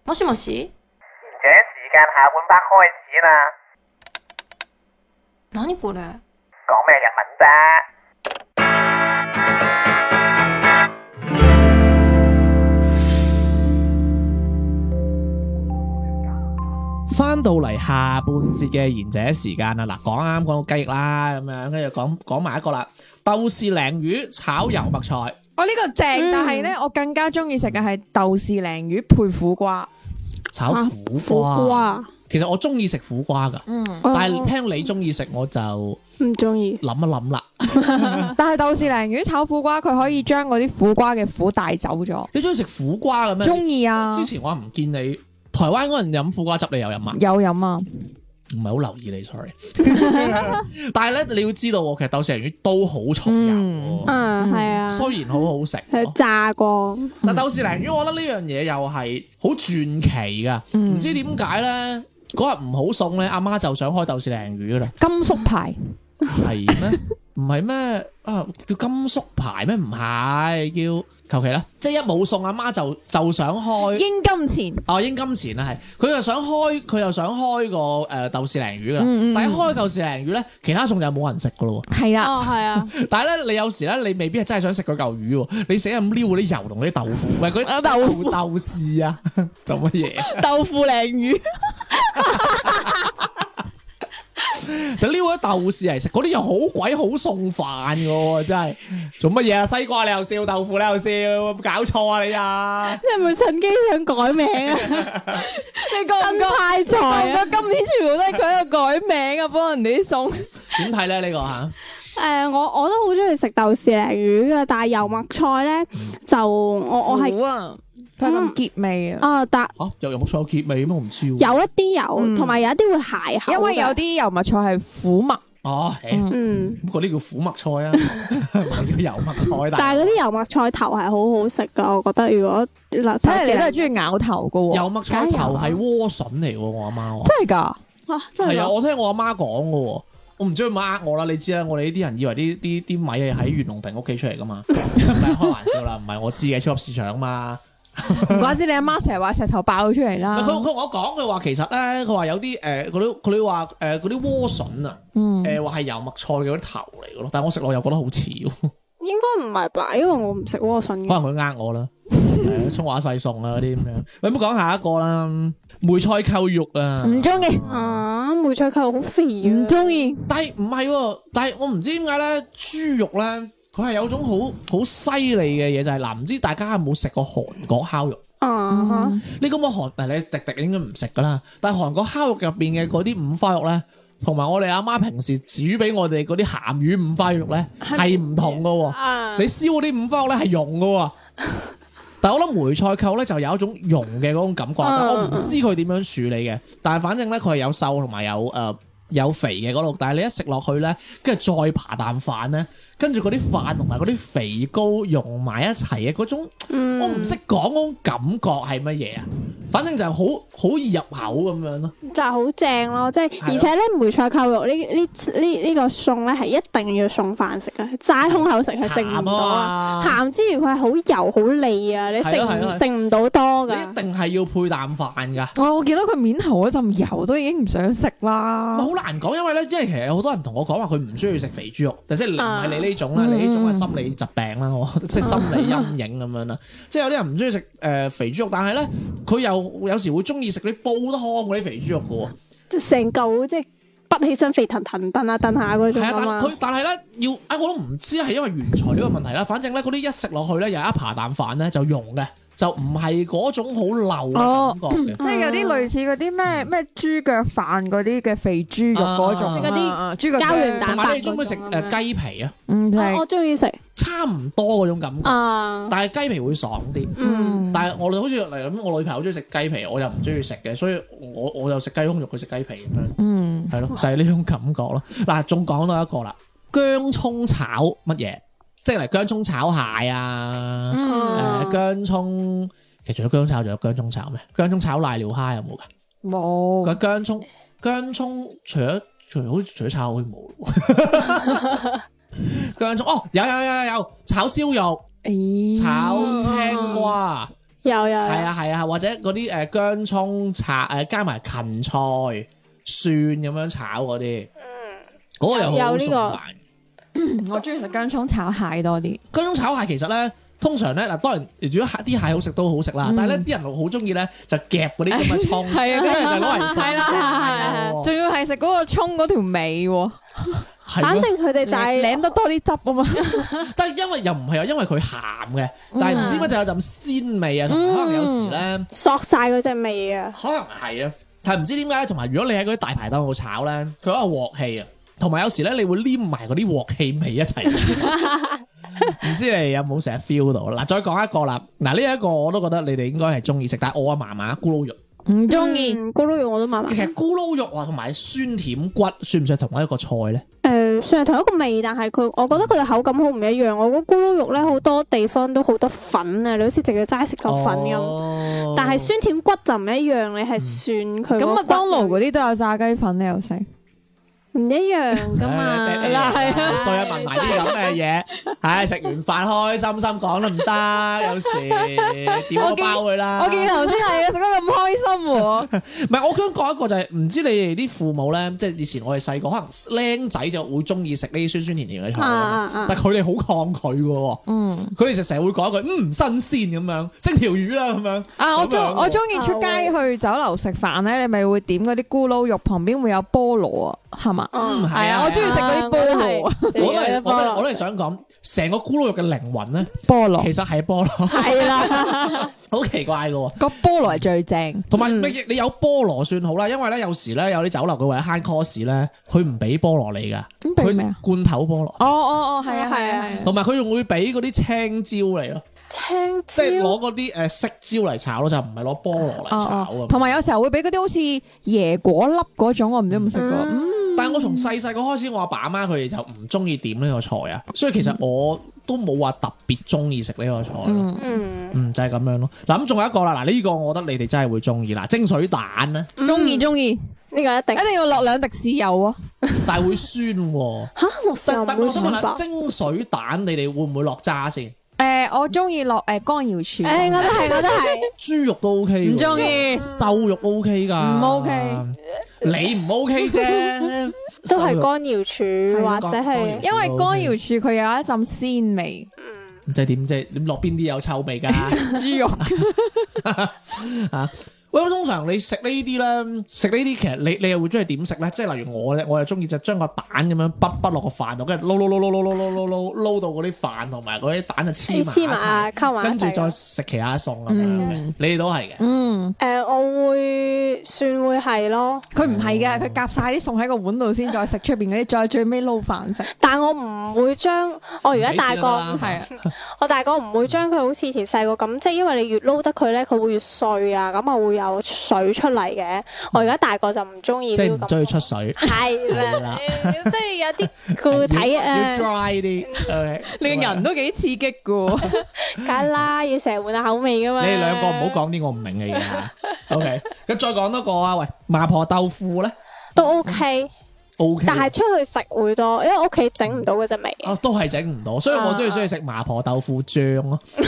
Speaker 8: もしもし
Speaker 9: 賢者時間下半 part 開始啦，
Speaker 8: 何これ
Speaker 9: 講咩日文啫？
Speaker 1: 翻到嚟下半節嘅賢者時間啊啦，嗱講啱講到雞翼啦，咁樣跟住講講埋一個啦，豆豉鯪魚炒油麥菜，
Speaker 4: 我哦呢個正，但係咧我更加中意食嘅係豆豉鯪魚配苦瓜。
Speaker 1: 炒
Speaker 6: 啊
Speaker 1: 苦
Speaker 6: 苦
Speaker 1: 瓜。
Speaker 6: 瓜，
Speaker 1: 其實我中意食苦瓜噶，
Speaker 4: 嗯，
Speaker 1: 但係
Speaker 6: 哦
Speaker 1: 聽你中意食我就諗
Speaker 6: 唔中意。
Speaker 1: 一諗啦。
Speaker 4: 但係豆豉鯪魚炒苦瓜，佢可以將嗰啲苦瓜嘅苦帶走咗。
Speaker 1: 你中意食苦瓜嘅咩？
Speaker 4: 中意啊
Speaker 1: 哦之，前我唔見你台灣嗰人飲苦瓜汁，你又飲啊？
Speaker 4: 有飲啊，
Speaker 1: 唔係好留意你，sorry。但係咧，你要知道喎，其實豆豉鯪魚都好重油
Speaker 4: 嗯
Speaker 1: 喎，
Speaker 6: 嗯，系啊，
Speaker 1: 雖然好好食喎。
Speaker 6: 佢炸過，
Speaker 1: 但豆豉鯪魚，我覺得呢樣嘢又係好傳奇噶，
Speaker 4: 嗯
Speaker 1: 唔知點解咧。嗰日唔好餸咧，阿媽就想開豆豉鯪魚啦，
Speaker 4: 金粟牌
Speaker 1: 係
Speaker 4: [laughs]
Speaker 1: 咩？唔係咩？啊，叫金粟牌咩？唔係，叫求其啦。即係一冇餸，阿媽就就想開。
Speaker 4: 應金錢。
Speaker 1: 哦，應金錢啊，係佢又想開，佢又想開個誒、呃豆豉鯪魚噶啦。
Speaker 4: 嗯嗯
Speaker 1: 但係一開豆豉鯪魚咧，其他餸就冇人食噶咯喎。
Speaker 4: 係啦，
Speaker 6: 哦，係啊，
Speaker 1: 但係咧，你有時咧，你未必係真係想食嗰嚿魚喎，你死咁撩嗰啲油同嗰啲豆腐，唔係嗰
Speaker 4: 啊
Speaker 1: 啲豆腐 [laughs] 豆豉啊，做乜嘢？
Speaker 6: 豆腐鯪
Speaker 4: [laughs]
Speaker 6: 魚，
Speaker 1: 就撩咗豆豉嚟食，嗰啲又好鬼好送飯嘅喎，真係做乜嘢啊？西瓜你又笑，豆腐你又笑，搞錯啊
Speaker 4: [laughs]
Speaker 1: 你啊！
Speaker 6: 你係咪趁機想改名啊？
Speaker 4: 你覺
Speaker 6: 新派菜啊！
Speaker 4: 覺今年全部都係佢喺度改名啊，幫人哋送。
Speaker 1: 點睇咧呢個啊嚇？
Speaker 6: 誒，我我都好中意食豆豉鯪魚嘅，但係油麥菜咧就我我係
Speaker 4: 好啊，佢係咁結味啊，
Speaker 6: 啊，但
Speaker 1: 嚇又有冇菜有結味咩？我唔知喎。
Speaker 6: 有一啲
Speaker 4: 嗯
Speaker 6: 油，同埋有一啲會鞋口，
Speaker 4: 因為有，啲油麥菜係苦麥，
Speaker 1: 哦，誒
Speaker 4: 嗯
Speaker 6: 嗯，
Speaker 1: 咁嗰啲叫苦麥菜啊， [laughs] 唔係叫油麥
Speaker 4: [laughs]
Speaker 1: 菜，
Speaker 6: 但係嗰啲油麥菜頭係好好食噶，我覺得如果嗱，
Speaker 4: 睇嚟你都係
Speaker 6: 意
Speaker 4: 中意咬頭噶喎，
Speaker 1: 油麥菜頭係萵筍嚟喎，我阿媽話。
Speaker 4: 真係㗎，
Speaker 6: 啊，真係
Speaker 1: 係啊，
Speaker 6: 㗎
Speaker 1: 我聽我阿媽講嘅喎。我唔知佢有冇呃我啦，你知啦，我哋呢啲人以為啲啲啲米係喺袁隆平屋企出嚟噶嘛，唔係開玩笑啦，唔係我知嘅，超級市場啊嘛，
Speaker 4: 唔怪之你阿媽成日話石頭爆咗出嚟啦
Speaker 1: 佢。佢同我講，佢話其實咧，佢話有啲誒，佢啲佢哋話誒嗰啲萵筍啊，
Speaker 4: 嗯，
Speaker 1: 誒話係油麥菜嘅嗰啲頭嚟嘅咯，但係我食落又覺得好似喎，
Speaker 6: 應該唔係吧？因為我唔食蝸筍
Speaker 1: 可
Speaker 6: 嘅。
Speaker 1: 能佢呃我啦，係啊葱花細餸啊嗰啲咁樣。你唔好講下一個啦，梅菜扣肉啊，
Speaker 4: 唔中意，
Speaker 6: 啊，梅菜扣肉好肥啊！
Speaker 4: 唔中意，
Speaker 1: 但係唔係喎，但係我唔知點解咧，豬肉咧佢係有種好好犀利嘅嘢，就係嗱，唔知大家有冇食過韓國烤肉？
Speaker 6: 啊哈，
Speaker 4: 嗯
Speaker 1: 呢咁嘅韓，嗱你迪迪應該唔食噶啦，但係韓國烤肉入邊嘅嗰啲五花肉咧，同埋我哋阿媽平時煮俾我哋嗰啲鹹魚五花肉咧，係唔同噶喎。
Speaker 5: 啊
Speaker 1: 你燒嗰啲五花肉咧係溶噶喎，但係我諗梅菜扣咧就有一種溶嘅嗰種感覺，但我唔知佢點樣處理嘅。但係反正咧佢係有瘦同埋有誒、呃有肥嘅嗰度，但係你一食落去咧，跟住再扒啖飯咧，跟住嗰啲飯同埋嗰啲肥膏溶埋一齊嘅嗰種。我唔識講嗰種感覺係乜嘢啊，反正就係好好易入口咁樣咯。
Speaker 6: 就係好正咯，即係
Speaker 1: 係啊咯
Speaker 6: 而且咧梅菜扣肉呢呢呢呢個餸咧係一定要送飯食嘅，齋空口食係食唔到啊！
Speaker 1: 鹹啊
Speaker 6: 鹹之餘佢係好油好膩啊，你食
Speaker 1: 係咯係咯
Speaker 6: 唔食唔到
Speaker 1: 嘛，
Speaker 6: 多噶
Speaker 1: 你。一定係要配啖飯㗎。
Speaker 4: 哦我我見到佢面頭嗰陣油都已經唔想食
Speaker 1: 咪
Speaker 4: 啦
Speaker 1: 好。難講，因為咧，即係其實有好多人同我講話，佢唔需要食肥豬肉，
Speaker 6: 啊
Speaker 1: 但即係唔係你呢種啦，
Speaker 4: 嗯
Speaker 1: 你呢種係心理疾病啦，我
Speaker 6: [laughs]
Speaker 1: 即係心理陰影咁樣啦。即係有啲人唔中意食誒肥豬肉，但係咧佢又有時會中意食啲煲湯嗰啲肥豬肉嘅喎。
Speaker 6: 成嚿即係筆起身肥騰騰蹬下蹬下嗰種
Speaker 1: 係啊，
Speaker 6: 啊
Speaker 1: 但
Speaker 6: 嘛
Speaker 1: 佢，但係咧要啊，我都唔知係因為原材料嘅問題啦。反正咧，嗰啲一食落去咧，又一扒啖飯咧就溶嘅，就唔係嗰種好流
Speaker 6: 哦
Speaker 1: 嘅感覺嘅。
Speaker 4: 即係有啲類似嗰啲咩咩豬腳飯嗰啲嘅肥豬肉嗰種啊，
Speaker 6: 即係嗰啲
Speaker 4: 啊豬腳
Speaker 6: 膠原蛋
Speaker 4: 飯
Speaker 1: 同埋你中唔中意食誒雞皮啊？
Speaker 4: 嗯，就
Speaker 6: 啊
Speaker 4: 係
Speaker 6: 我中意食
Speaker 1: 差唔多嗰種感覺，
Speaker 6: 啊，
Speaker 1: 但係雞皮會爽啲。
Speaker 6: 嗯，
Speaker 1: 但係我哋好似嚟咁，我女朋友中意食雞皮，我又唔中意食嘅，所以我我又食雞胸肉，佢食雞皮咁樣，
Speaker 4: 嗯
Speaker 1: 係咯，就係呢種感覺咯。嗱，仲講到一個啦，薑葱炒乜嘢？即係嚟薑葱炒蟹
Speaker 4: 嗯
Speaker 1: 啊，誒、
Speaker 6: 啊
Speaker 1: 薑葱，其實除咗薑葱炒，仲有薑葱炒咩？薑葱炒瀨尿蝦有冇㗎？
Speaker 4: 冇
Speaker 1: 個薑葱薑葱除咗除好似除咗炒好似冇喎。
Speaker 4: [laughs]
Speaker 1: 薑葱哦，有有有有有炒燒肉、
Speaker 4: 咦
Speaker 1: 炒青瓜。
Speaker 6: 有有
Speaker 1: 係
Speaker 6: 有
Speaker 1: 啊係啊，或者嗰啲誒姜葱炒誒加埋芹菜蒜咁樣炒嗰啲，
Speaker 5: 嗯，
Speaker 1: 嗰個又好
Speaker 6: 有呢個
Speaker 1: 好熟
Speaker 4: 嗯我中意食薑葱炒蟹多啲，
Speaker 1: 飯。姜葱炒蟹其實咧，通常咧嗱，當然如果啲蟹好食都好食啦，
Speaker 4: 嗯
Speaker 1: 但係咧啲人好中意咧就夾嗰啲咁嘅葱，
Speaker 4: [laughs] 係啊
Speaker 1: 跟住 [laughs] 就攞嚟食
Speaker 4: 係啊啦
Speaker 1: 係喎
Speaker 4: 仲要係食嗰個葱嗰條尾喎，
Speaker 1: 係
Speaker 6: 反
Speaker 1: 咯。
Speaker 6: 正佢哋就
Speaker 4: 嗯
Speaker 6: 係
Speaker 4: 舐得多啲汁啊嘛，
Speaker 1: 但係因為又唔係啊，因為佢鹹嘅，
Speaker 6: 嗯
Speaker 1: 但係唔知乜就有陣鮮味啊，同埋可能有時咧，
Speaker 6: 索晒嗰隻味啊，
Speaker 1: 可能係啊，但係唔知點解咧，同埋如果你喺嗰啲大排檔度炒咧，佢嗰個鑊氣啊，同埋有時咧你會黏埋嗰啲鑊氣味一
Speaker 6: [laughs]
Speaker 1: 齊食。唔知你有冇成日 feel 到？嗱，再講一個啦，嗱呢一個我都覺得你哋應該係中意食，但係我阿嫲嫲咕嚕肉，
Speaker 4: 唔中意。
Speaker 6: 嗯咕嚕肉我都麻麻
Speaker 1: 其，實咕嚕肉啊同埋酸甜骨算唔算同一個菜咧？
Speaker 6: 誒算係同一個味，但係佢我覺得佢哋口感好唔一樣。我覺得咕嚕肉咧好多地方都好多粉啊，你好似淨係齋食嚿粉咁。
Speaker 4: 哦
Speaker 1: 咁
Speaker 6: 但係酸甜骨就唔一樣，你係蒜佢
Speaker 4: 嗯咁麥
Speaker 6: 麥
Speaker 4: 當勞嗰啲都有炸雞粉，你又食？
Speaker 6: 唔一樣
Speaker 4: 啊
Speaker 6: 噶
Speaker 4: [laughs] 哎
Speaker 6: 嘛，
Speaker 1: 係所以問埋啲咁嘅嘢，唉，食完飯開心心講都唔
Speaker 4: [laughs]
Speaker 1: 得，有時點個包佢啦。
Speaker 4: 我見頭先係啊，食得咁開心喎，
Speaker 1: 唔係，我想講一個就係、唔知你哋啲父母咧，即係以前我哋細個可能僆仔就會中意食呢啲酸酸甜甜嘅菜㗎嘛，
Speaker 6: 啊啊啊
Speaker 1: 但係佢哋好抗拒嘅喎。
Speaker 4: 嗯
Speaker 1: 佢哋就成日會講一句，嗯，唔新鮮咁樣，蒸條魚啦咁樣。
Speaker 4: 啊，我中
Speaker 1: 咁樣喎
Speaker 4: 我中意出街去酒樓食飯咧，你咪會點嗰啲咕嚕肉，旁邊會有菠蘿啊，係嘛？
Speaker 1: 嗯，係
Speaker 4: 係啊，我中意食嗰啲菠蘿啊，
Speaker 1: 我都係我都係我都係想講，成個咕嚕肉嘅靈魂咧，
Speaker 4: 菠蘿
Speaker 1: 其實係菠蘿，
Speaker 6: 係啦，
Speaker 1: [laughs] 好奇怪嘅喎。
Speaker 4: 個菠蘿係最正，
Speaker 1: 同埋你你有菠蘿算好啦，因為咧有時咧有啲酒樓佢為咗慳 cost 咧，佢唔俾菠蘿你噶，
Speaker 4: 咁俾咩
Speaker 1: 佢
Speaker 4: 啊？
Speaker 1: 罐頭菠蘿，
Speaker 4: 哦哦哦，係啊係啊係啊，
Speaker 1: 同埋佢仲會俾嗰啲青椒嚟咯，
Speaker 6: 青
Speaker 1: 即
Speaker 6: 椒
Speaker 1: 係攞嗰啲誒色椒嚟炒咯，就唔係攞菠蘿嚟
Speaker 4: 哦
Speaker 1: 炒
Speaker 4: 哦
Speaker 1: 啊，。
Speaker 4: 同埋有時候會俾嗰啲好似椰果粒嗰種，我唔知有冇食過，嗯
Speaker 1: 但係我從細細個開始，我阿爸阿媽佢哋就唔中意點呢個菜啊，
Speaker 4: 嗯
Speaker 1: 所以其實我都冇話特別中意食呢個菜咯。嗯
Speaker 4: 嗯
Speaker 5: 嗯，
Speaker 1: 就係咁樣咯。嗱，咁仲有一個啦，嗱呢個我覺得你哋真係會中意啦，蒸水蛋咧，
Speaker 4: 中嗯意中意，
Speaker 6: 呢個一定
Speaker 4: 一定要落兩滴豉油啊！
Speaker 1: 但係會酸喎。
Speaker 6: 嚇落豉
Speaker 1: 但
Speaker 6: 油
Speaker 1: 但
Speaker 6: 唔
Speaker 1: 我
Speaker 6: 會
Speaker 1: 想
Speaker 6: 酸
Speaker 1: 問下，
Speaker 6: 吧？
Speaker 1: 蒸水蛋你哋會唔會落渣先？
Speaker 4: 诶，我中意落诶江瑤柱，
Speaker 5: 诶，我都係，我都係。
Speaker 1: 豬肉都 OK，喎
Speaker 4: 唔中意
Speaker 1: 瘦肉 OK 㗎，
Speaker 4: 唔 OK
Speaker 1: 你唔 OK 啫，
Speaker 5: [laughs] 都係
Speaker 1: 乾，
Speaker 5: 干瑤
Speaker 4: 嗯
Speaker 5: 柱或者係
Speaker 4: 因為江瑤柱佢有一陣鮮 [laughs] 味，
Speaker 1: 唔知點啫，你落邊啲有臭味
Speaker 5: [laughs]
Speaker 1: 㗎？
Speaker 4: 豬肉
Speaker 1: 啊！喂，咁通常你食呢啲咧，食呢啲其實你你又會中意點食咧？即係例如我咧，我又中意就將個蛋咁樣畢畢落個飯度，跟住撈撈撈撈撈撈撈撈撈到嗰啲飯同埋嗰啲蛋就黐埋
Speaker 5: 黐埋
Speaker 1: 一齊，
Speaker 5: 啊，溝埋
Speaker 1: 跟
Speaker 5: 一
Speaker 1: 住
Speaker 5: 齊
Speaker 1: 再
Speaker 5: 嘅。
Speaker 1: 食其他餸咁樣
Speaker 4: 嗯。
Speaker 1: 你哋都係嘅，
Speaker 4: 嗯，
Speaker 5: 誒，我會算會係咯，
Speaker 4: 佢唔係㗎，佢夾晒啲餸喺個碗度先，再食出邊嗰啲，再最尾撈飯食，
Speaker 5: 但我唔會將我而家大個，
Speaker 1: 唔俾
Speaker 4: 係啊，
Speaker 5: 我大個唔會將佢好似以前細個咁，即係因為你越撈得佢咧，佢會越碎啊，咁啊會有水出嚟嘅。我而家大個就唔中意
Speaker 1: 嗯即
Speaker 5: 呢
Speaker 1: 係
Speaker 5: 個
Speaker 1: 唔
Speaker 5: 咁。
Speaker 1: 中意出水，
Speaker 5: 係
Speaker 1: 係
Speaker 5: 啦
Speaker 1: 啦，
Speaker 5: 誒即係有
Speaker 1: [laughs]
Speaker 5: 啲佢會睇啊
Speaker 1: 要要
Speaker 5: 誒，
Speaker 6: 呃
Speaker 1: dry 啲。OK，
Speaker 4: [laughs]
Speaker 1: 啊
Speaker 4: 你個
Speaker 5: 啊
Speaker 4: 人都幾刺激㗎喎，
Speaker 5: 梗係啦，要成日換下口味噶嘛。
Speaker 1: 你哋兩個唔好講啲我唔明嘅嘢啊。OK，咁再講多個啊，喂，麻婆豆腐咧
Speaker 5: 都 OK，
Speaker 1: ，OK，
Speaker 5: 但係出去食會多，因為屋企整唔到嗰隻味。
Speaker 1: 啊都係整唔到，所以我都
Speaker 5: 啊
Speaker 1: 係中意食麻婆豆腐醬咯。 [laughs]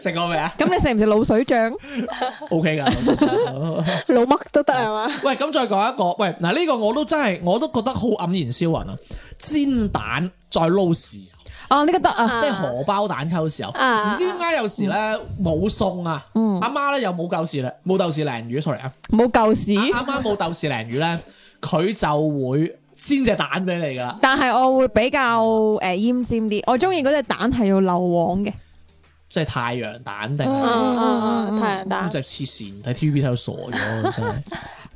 Speaker 1: 食過未啊？
Speaker 4: [laughs] 咁你食唔食滷水醬？
Speaker 1: O K 噶。
Speaker 5: 老麥都得係嘛？
Speaker 1: 喂，咁再講一個，喂，嗱呢個我都真係，我都覺得好黯然銷魂啊！煎蛋再撈豉油，
Speaker 4: [laughs] 啊，呢個得啊，
Speaker 1: 即係荷包蛋溝豉油。
Speaker 5: 啊嗯
Speaker 1: 唔知點解有時咧冇餸啊，阿媽咧又冇夠豉啦，冇豆豉鯪魚，sorry 啊，
Speaker 4: 冇舊屎，
Speaker 1: 啱啱冇豆豉鯪魚咧，佢就會煎隻蛋俾你噶啦。
Speaker 4: 但係我會比較诶腌尖啲，我中意嗰隻蛋係要漏黃嘅，
Speaker 1: 即係太陽蛋定
Speaker 5: 嗯
Speaker 1: 係
Speaker 5: 嗯嗯，太陽蛋
Speaker 1: 咁就黐線，睇 T V B 睇到傻咗，真
Speaker 5: [laughs]
Speaker 1: 係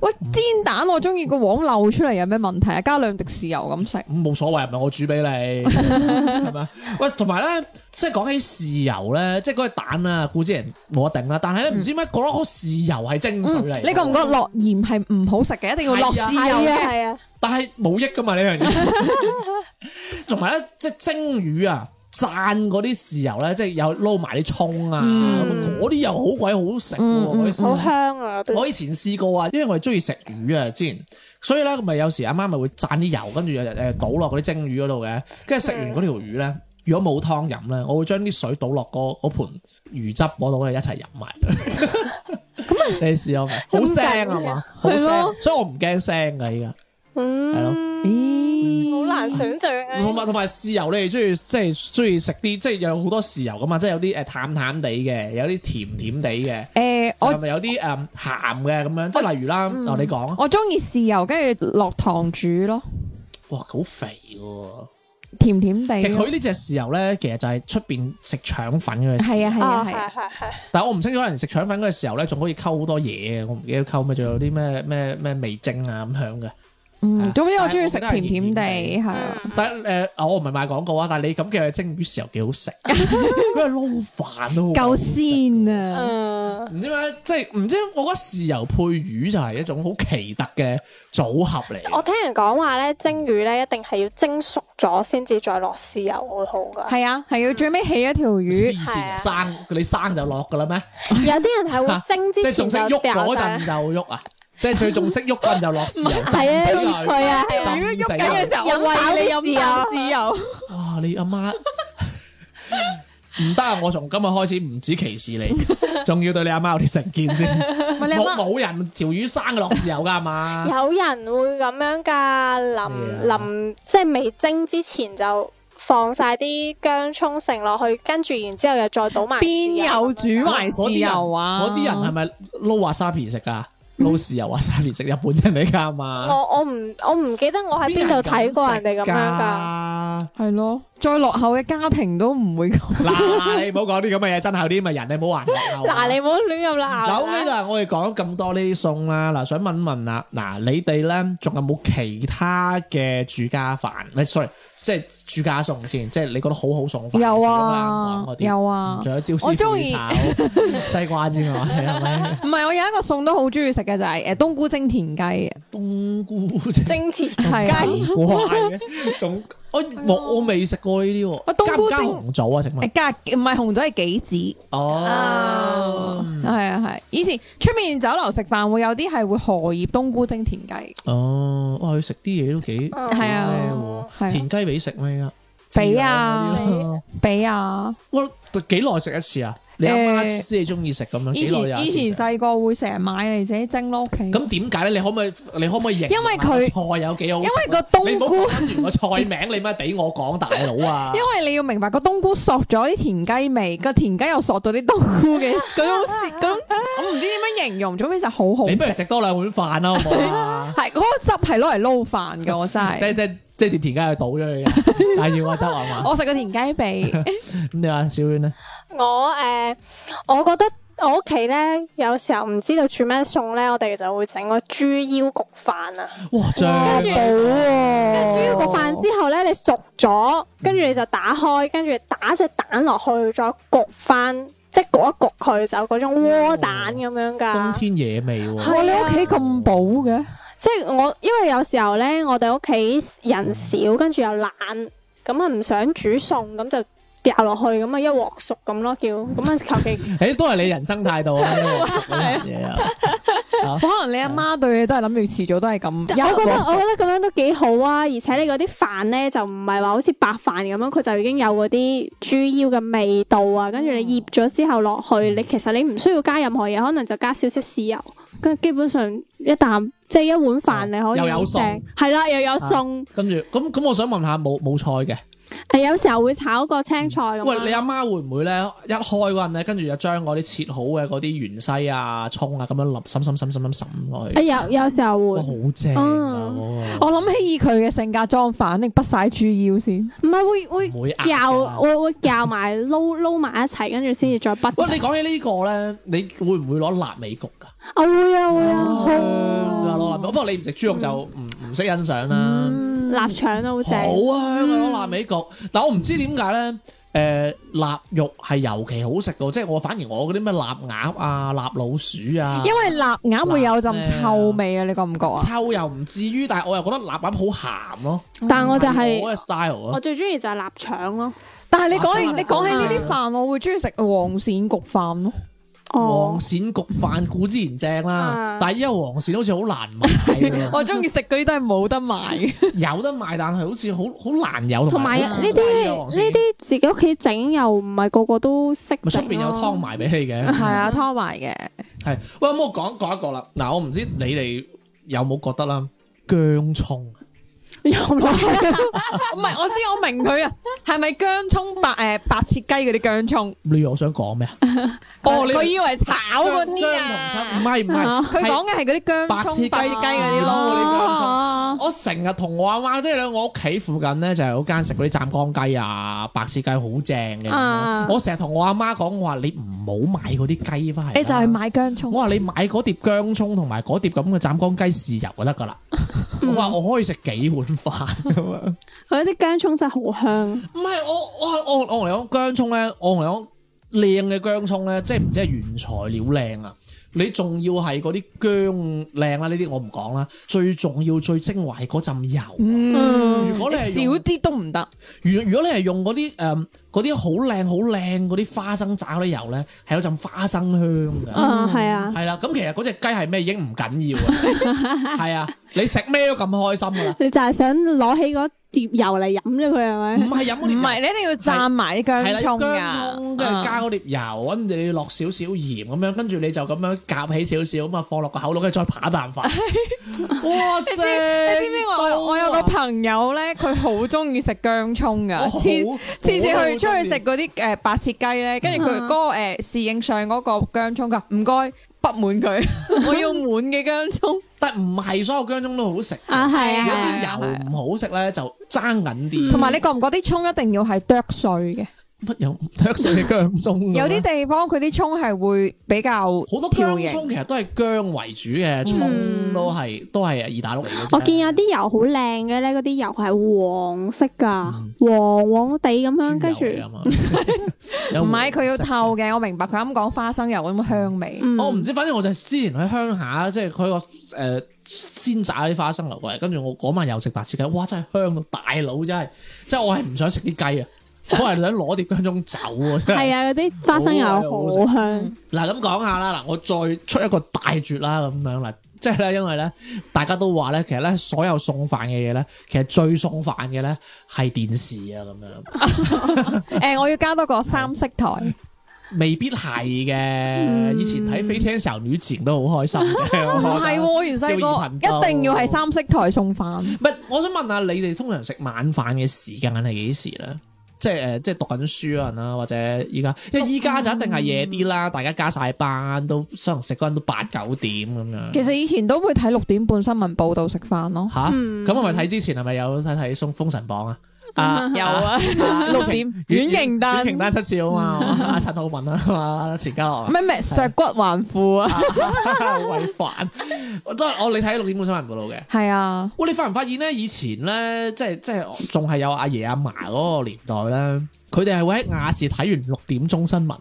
Speaker 4: 喂，煎蛋我中意個黃漏出嚟有咩問題啊？加兩滴豉油咁食。
Speaker 1: 咁冇所謂，唔係我煮俾
Speaker 5: [laughs]
Speaker 1: 你，係咪？喂，同埋咧，即係講起豉油咧，即係嗰隻蛋啊，顧之人冇得定啦。但係咧，
Speaker 5: 嗯
Speaker 1: 唔知點解覺得嗰豉油係
Speaker 4: 嗯
Speaker 1: 精髓嚟。
Speaker 4: 你覺唔覺？落鹽係唔好食嘅？一定要落豉油
Speaker 5: 係啊
Speaker 4: 嘅。
Speaker 5: 係啊，
Speaker 1: 但係冇益噶嘛呢樣嘢。同埋咧，即係蒸魚啊，蘸嗰啲豉油咧，即係有撈埋啲葱啊，
Speaker 4: 嗯
Speaker 1: 嗰啲又好鬼好食喎。嗰啲豉油
Speaker 5: 好香啊！嗰啲
Speaker 1: 我以前試過啊，因為我係中意食魚啊，之前，所以咧咪有時阿媽咪會攢啲油，跟住誒倒落嗰啲蒸魚嗰度嘅，跟住食完嗰條魚咧，如果冇湯飲咧，我會將啲水倒落嗰嗰盤魚汁嗰度咧一齊飲埋。咁 [laughs] 你試下未？好腥啊嘛，好腥，所以我唔驚腥㗎依家，
Speaker 6: 嗯
Speaker 1: 係咯。
Speaker 4: 咦
Speaker 5: 好難想像
Speaker 1: 同
Speaker 5: 啊！
Speaker 1: 埋同埋豉油，你哋中意即係中意食啲即係有好多豉油噶嘛，即係有啲誒淡淡地嘅，有啲甜甜地嘅，
Speaker 4: 誒，
Speaker 1: 係
Speaker 4: 呃我
Speaker 1: 咪有啲誒鹹嘅咁樣？即係例如啦，哦你講啊。
Speaker 4: 我中意豉油，跟住落糖煮咯，
Speaker 1: 哇，好肥喎！
Speaker 4: 甜甜地。
Speaker 1: 其實佢呢只豉油咧，其實就係出邊食腸粉嗰只。
Speaker 4: 係啊係
Speaker 5: 啊
Speaker 4: 啊係
Speaker 5: 係
Speaker 4: 啊，
Speaker 5: 係係，
Speaker 1: 但係我唔清楚有人食腸粉嗰個豉油咧，仲可以溝好多嘢嘅。我唔記得溝咩，仲有啲咩咩咩味精啊咁樣嘅。
Speaker 4: 嗯，總之我中意食
Speaker 1: 但係
Speaker 4: 甜
Speaker 1: 我覺得係
Speaker 4: 甜地
Speaker 1: 甜
Speaker 4: 係啊。
Speaker 1: 但係誒、呃我唔係賣廣告啊，但係你咁嘅蒸魚豉油幾
Speaker 4: [laughs]
Speaker 1: 好食，佢係撈飯都好
Speaker 4: 夠
Speaker 1: 好食
Speaker 4: 鮮！啊！
Speaker 5: 嗯，
Speaker 1: 唔知點解，即係唔知，我覺得豉油配魚就係一種好奇特嘅組合嚟嘅。
Speaker 5: 我聽人講話咧，蒸魚咧一定係要蒸熟咗先至再落豉油會好㗎。
Speaker 4: 係啊，係要最尾起一條魚，
Speaker 1: 黐
Speaker 5: 係啊
Speaker 1: 線生，你生就落㗎啦咩？
Speaker 5: [laughs] 有啲人係會蒸
Speaker 1: 即
Speaker 5: 之 [laughs]
Speaker 1: 係仲
Speaker 5: 前
Speaker 1: 識
Speaker 5: 就
Speaker 1: 喐
Speaker 5: 掉
Speaker 1: 嗰
Speaker 5: 晒
Speaker 1: 陣，就喐啊！即係最仲識喐嗰陣就落豉
Speaker 5: [laughs]
Speaker 1: 油，
Speaker 5: 係
Speaker 1: 浸
Speaker 5: 啊，
Speaker 1: 死
Speaker 5: 熱佢啊，係啊
Speaker 1: 浸死
Speaker 4: 緊
Speaker 1: 佢
Speaker 4: 嘅時候，
Speaker 5: 飲
Speaker 4: 我
Speaker 5: 飽
Speaker 4: 餵
Speaker 5: 啲
Speaker 4: 你飲啖
Speaker 5: 豉
Speaker 4: 豉油。
Speaker 1: 哇！你阿媽唔得啊！我從今日開始唔止歧視
Speaker 5: [laughs]
Speaker 1: 你，仲要對你阿媽有啲成見先。
Speaker 4: 唔係你
Speaker 1: 冇
Speaker 4: 阿媽
Speaker 1: 冇人條魚生嘅落豉油㗎係嘛？
Speaker 5: 有人會咁樣㗎，
Speaker 1: 咩
Speaker 5: 淋
Speaker 1: 啊
Speaker 5: 淋即係未蒸之前就放晒啲薑葱剩落去，跟住然之後又再倒埋。
Speaker 4: 邊有煮埋豉
Speaker 1: 嗰啲人
Speaker 4: 油啊？
Speaker 1: 嗰啲人係咪撈華沙皮食㗎？
Speaker 5: [laughs]
Speaker 1: 撈豉油華沙皮食日本人嚟㗎係嘛？
Speaker 5: 我我唔我唔記得我喺邊度睇過人哋咁樣㗎。啊
Speaker 1: [laughs] 㗎？
Speaker 4: 係咯，再落後嘅家庭都唔會
Speaker 1: [laughs]
Speaker 4: 咁。
Speaker 1: 嗱，你唔好講啲咁嘅嘢，真係有啲咁嘅人，你唔好話我啊
Speaker 5: 嗱，你唔好亂咁
Speaker 1: 嗱，OK
Speaker 5: 鬧啦。
Speaker 1: 啦，我哋講咗咁多呢啲餸啦，嗱，想問一問啦，嗱，你哋咧仲有冇其他嘅住家飯？唔係，sorry，即係住家餸先，即係你覺得好好餸飯。
Speaker 4: 有
Speaker 1: 除咗
Speaker 4: 啊
Speaker 1: 啱啱講嗰，啲
Speaker 4: 有啊。
Speaker 1: 仲有椒
Speaker 4: 我
Speaker 1: 絲
Speaker 4: 鍾
Speaker 1: 魚
Speaker 4: 意
Speaker 1: 炒西瓜之外，係咪
Speaker 4: 唔係，我有一個餸都好中意食嘅就係誒冬菇蒸田雞，
Speaker 1: 冬菇蒸
Speaker 5: 蒸田
Speaker 4: 係啊
Speaker 1: 奇怪嘅？仲我冇我未食過呢啲
Speaker 4: 喂
Speaker 1: 喎，
Speaker 4: 冬
Speaker 1: 加唔
Speaker 4: 菇
Speaker 1: 加
Speaker 4: 蒸
Speaker 1: 紅棗啊？請問
Speaker 4: 誒加唔係紅棗係杞子，
Speaker 1: Ờ. 哦
Speaker 4: 係啊係。以前出面酒樓食飯會有啲係會荷葉冬菇蒸田雞，
Speaker 1: Ờ, 哦，哇！佢食啲嘢都幾
Speaker 4: Ờ,
Speaker 5: 嗯
Speaker 4: 係啊
Speaker 1: 咩喎
Speaker 4: 係啊
Speaker 1: 田雞俾食咩啊？
Speaker 4: 俾啊
Speaker 1: 自量嗰啲咯
Speaker 4: 俾啊！
Speaker 1: 哇，幾耐食一次啊？你阿媽先你中意食咁樣，
Speaker 4: 以
Speaker 1: 啊幾耐有
Speaker 4: 前
Speaker 1: 一次食
Speaker 4: 以前細個會成日買嚟自己蒸咯屋企。
Speaker 1: 咁點解咧？你可唔可以你可唔可以形容
Speaker 4: 因為佢
Speaker 1: 下菜有幾好食啊？
Speaker 4: 因為個冬菇
Speaker 1: 你唔好講完個菜名，你乜俾我講大佬啊？
Speaker 4: 因為你要明白個冬菇索咗啲田雞味，個田雞又索到啲冬菇
Speaker 1: [laughs]
Speaker 4: 嘅嗰種舌嗰種我唔知點樣形容，總之就好好
Speaker 1: 你
Speaker 4: 食。
Speaker 1: 不如食多兩碗飯啦，好唔好啊？
Speaker 4: 係嗰個汁係攞嚟撈飯
Speaker 1: [laughs]
Speaker 4: 嘅，我真
Speaker 1: 即
Speaker 4: 係。
Speaker 1: 即即碟田雞去倒咗佢嘅，但係要我汁係嘛？
Speaker 4: 我食個田雞髀，
Speaker 1: [laughs] 咁你話小婉咧？
Speaker 4: 嗯
Speaker 6: 我诶、我覺得我屋企咧，有時候唔知道煮咩餸咧，我哋就會整個豬腰焗飯啊。
Speaker 1: 哇，正
Speaker 6: 跟住豬腰焗飯之後咧，你熟咗，跟住你就打開，跟住打隻蛋落去，再焗翻，即係焗一焗佢，就嗰種窩蛋咁樣
Speaker 1: 冬
Speaker 6: 噶。
Speaker 1: 天野味喎！
Speaker 4: 哇！你屋企咁補
Speaker 1: 啊
Speaker 4: 嘅，
Speaker 6: 即係我，因為有時候咧，我哋屋企人少，跟住又懶，咁啊唔想煮餸，咁就掉落去，咁啊一鑊熟咁咯，叫咁啊求其。
Speaker 1: 誒，都係你人生態度啊！呢樣嘢啊
Speaker 4: 可能你阿媽對你都係諗住遲早都係咁。
Speaker 6: 我覺得我覺得咁樣都幾好啊，而且你嗰啲飯咧就唔係話好似白飯咁樣，佢就已經有嗰啲豬腰嘅味道
Speaker 1: 嗯
Speaker 6: 啊。跟住你醃咗之後落去，你其實你唔需要加任何嘢，可能就加少少豉油。跟住基本上一啖即係一碗飯，你可以
Speaker 1: 哦又有
Speaker 6: 好
Speaker 1: 餸啊
Speaker 6: 正，係啦，又有餸。
Speaker 1: 跟住咁咁，我想問下冇冇菜嘅？
Speaker 6: 誒有時候會炒個青菜咁
Speaker 1: 喂，你
Speaker 6: 啊。
Speaker 1: 阿媽會唔會咧一開嗰陣咧，跟住就將嗰啲切好嘅嗰啲芫茜啊、葱啊咁樣淋滲滲滲滲滲滲落
Speaker 6: 誒
Speaker 1: 去，
Speaker 6: 有啊有時候
Speaker 1: 哇，
Speaker 6: 會，
Speaker 1: 好正啊！嗰個
Speaker 4: 我諗起以佢嘅性格裝反，你不晒豬腰先。
Speaker 6: 唔係會會
Speaker 1: 唔會呃㗎
Speaker 6: 教
Speaker 1: 嘛
Speaker 6: 會會教埋撈撈埋一齊，跟住先至再畢。
Speaker 1: 喂，你講起呢個咧，你會唔會攞臘味焗㗎？
Speaker 6: 我會啊會啊，好
Speaker 1: 香啊，攞臘味，不過你唔食豬肉就唔唔識欣賞啦。
Speaker 6: 臘腸嗯都好
Speaker 1: 好
Speaker 6: 正。
Speaker 1: 香啊，攞臘味焗，但我唔知點解咧。誒臘肉係尤其好食嘅，即係我反而我嗰啲咩臘鴨啊、臘老鼠啊，
Speaker 4: 因為臘鴨會有陣臭味啊，你覺唔覺啊？
Speaker 1: 臭又唔至於，但係我又覺得臘鴨好鹹咯，
Speaker 6: 但我就
Speaker 1: 係
Speaker 6: 係、
Speaker 1: 我嘅 style 啊
Speaker 6: 我。最中意就係臘腸咯。
Speaker 4: 但係你講起
Speaker 1: 啊
Speaker 4: 你講起呢啲飯，我會中意食黃鱔焗飯咯。哦
Speaker 6: 哦
Speaker 1: 黃鱔焗飯固之然正啦
Speaker 6: 啊，
Speaker 1: 但係依家黃鱔好似好難買
Speaker 4: [laughs] [laughs]
Speaker 1: 喎，
Speaker 4: 我中意食嗰啲都係冇得賣嘅。
Speaker 1: 有得賣，但係好似好好難有
Speaker 6: 同埋
Speaker 1: 埋
Speaker 6: 呢
Speaker 1: 好
Speaker 6: 啲
Speaker 1: 貴啊黃
Speaker 6: 呢
Speaker 1: 鱔
Speaker 6: 啲自己屋企整又唔係個個都識
Speaker 1: 咪出
Speaker 6: 整
Speaker 1: 邊有
Speaker 6: 咯
Speaker 1: 湯埋俾你
Speaker 4: [laughs]
Speaker 1: 嘅，
Speaker 4: 係啊，拖埋嘅。
Speaker 1: 係喂咁我講講一個啦，嗱我唔知你哋有冇覺得啦，姜葱
Speaker 6: 有啦，
Speaker 4: 唔係，我知我明佢啊，係咪姜葱白诶白切雞嗰啲姜葱？
Speaker 1: 你以為我想講咩啊？哦，你
Speaker 4: [laughs] 佢以為炒嗰
Speaker 1: 姜
Speaker 4: 啲啊
Speaker 1: 姜黃葱唔，係唔係，
Speaker 4: 佢
Speaker 1: 係
Speaker 4: 講嘅係嗰啲姜
Speaker 1: 白切雞
Speaker 4: 葱白切雞嗰啲
Speaker 1: 哦你
Speaker 4: 咯。
Speaker 1: 姜葱我成日同我阿媽，即係咧，我屋企附近咧就有間食嗰啲湛江雞啊、白切雞好正嘅。
Speaker 6: 啊
Speaker 1: 我成日同我阿媽講，我話你唔好買嗰啲雞翻嚟啦。
Speaker 4: 你就係買姜葱，
Speaker 1: 我話你買嗰碟姜葱同埋嗰碟咁嘅湛江雞豉油就得㗎啦。我話我可以食幾碗飯咁樣。
Speaker 6: 佢啲姜葱真係好香。
Speaker 1: 唔係我我我我同你講姜葱咧，我同你講靚嘅姜葱咧，即係唔止係原材料靚啊，你仲要係嗰啲姜靚啦，呢啲我唔講啦。最重要最精華係嗰陣油。
Speaker 4: 嗯，
Speaker 1: 如果你係
Speaker 4: 少
Speaker 1: 用
Speaker 4: 啲都唔得。
Speaker 1: 如如果你係用嗰啲誒嗰啲好靚好靚嗰啲花生炸嗰啲油咧，係有陣花生香㗎。
Speaker 6: 啊，係啊，
Speaker 1: 係啦，咁其實嗰只雞係咩已經唔緊要
Speaker 4: [laughs]
Speaker 1: 啊，係啊，你食咩都咁開心㗎啦，
Speaker 6: 你就係想攞起嗰碟油嚟飲咗佢係
Speaker 1: 唔
Speaker 6: 咪？
Speaker 1: 係飲嗰
Speaker 4: 唔
Speaker 1: 碟油
Speaker 4: 係，你一定要蘸埋啲
Speaker 1: 係啦，
Speaker 4: 姜
Speaker 1: 要
Speaker 4: 葱啊嗯
Speaker 1: 姜葱跟住加
Speaker 4: 噶。
Speaker 1: 嗰碟油，跟住你落少少鹽咁樣，跟住你就咁樣夾起少少咁啊，放落個口度，跟住再扒
Speaker 4: [laughs]
Speaker 1: 啖飯。哇！正
Speaker 4: 知你知唔知我我我有個朋友咧，佢好中意食姜葱噶，
Speaker 1: 我好
Speaker 4: 啊次次次
Speaker 1: 我好
Speaker 4: 去出
Speaker 1: 鍾
Speaker 4: 去
Speaker 1: 意
Speaker 4: 食嗰啲誒白切雞咧，跟住佢嗰個誒侍應上嗰個姜葱噶，唔該。不滿佢， [laughs] 我要滿嘅姜葱。
Speaker 1: 但唔係所有姜葱都好食，
Speaker 6: 啊，係
Speaker 4: 係
Speaker 1: 有
Speaker 4: 啊嗯
Speaker 6: 啊，
Speaker 1: 啲油唔好食咧就爭緊
Speaker 4: [laughs]
Speaker 1: 啲。
Speaker 4: 同埋你覺唔覺啲葱一定要係剁碎嘅？
Speaker 1: 乜有剁碎嘅姜葱？啊
Speaker 4: 有啲地方佢啲葱係會比較
Speaker 1: 好多
Speaker 4: 條
Speaker 1: 姜
Speaker 4: 形。
Speaker 1: 葱其實都係姜為主
Speaker 4: 嗯
Speaker 1: 嘅，葱都係都係二打六嚟嘅啫。
Speaker 6: 我見有啲油好靚嘅咧，嗰啲油係黃色㗎，黃黃地咁樣，跟住
Speaker 1: 嗯豬油嚟啊㗎嘛 [laughs] 有
Speaker 4: 啊唔
Speaker 1: 冇
Speaker 4: 係佢要
Speaker 1: 食
Speaker 4: 透嘅，我明白佢啱講花生油咁香味。
Speaker 6: 嗯
Speaker 1: 哦我唔知，反正我就之前喺鄉下，即係佢個誒鮮炸啲花生牛過嚟，跟住我嗰晚又食白切雞，哇！真係香到大佬，真係，即係我係唔想食啲雞啊，我係想攞碟姜葱走喎，真
Speaker 6: 係
Speaker 1: 係。
Speaker 6: 啊，嗰啲花生油
Speaker 1: 好好
Speaker 6: 好香。
Speaker 1: 嗱咁講下啦，嗱我再出一個大絕啦，咁樣啦，即係咧，因為咧，大家都話咧，其實咧，所有送飯嘅嘢咧，其實最送飯嘅咧係電視啊，咁樣
Speaker 4: 诶，我要加多個三色台，
Speaker 1: 哦未必係嘅。以前睇《飛天小女前都好開心
Speaker 4: [laughs]
Speaker 1: 嘅，
Speaker 4: 唔
Speaker 1: 我覺得
Speaker 4: 係喎，原細
Speaker 1: 啊少
Speaker 4: 個
Speaker 1: 兒頻道
Speaker 4: 一定要係三色台送飯。
Speaker 1: 唔係，我想問下你哋通常食晚飯嘅時間係幾時咧？即係誒、呃即係讀緊書嗰陣啦，或者依家，因為依家就一定係夜啲啦，大家加晒班，都可能食嗰陣都八九點咁樣。
Speaker 4: 其實以前都會睇六點半新聞報道食飯咯，
Speaker 1: 吓，咁係咪睇之前係咪有睇睇《封封神榜》
Speaker 4: [laughs]
Speaker 1: 啊？啊，
Speaker 4: 有啊，六點 [laughs] 軟形
Speaker 1: 單
Speaker 4: 蛋，
Speaker 1: 景
Speaker 4: 唔
Speaker 1: 單七少啊嘛，阿陳浩文啊嘛，錢嘉
Speaker 4: [laughs]
Speaker 1: 樂啊。
Speaker 4: 係唔係削骨還父啊，
Speaker 1: 喂煩！我真係我你睇六點半新聞報道嘅。
Speaker 4: 係啊，
Speaker 1: 喂，你發唔發現咧？以前咧，即係即係仲係有阿爺阿嫲嗰個年代咧，佢哋係會喺亞視睇完六點鐘新聞，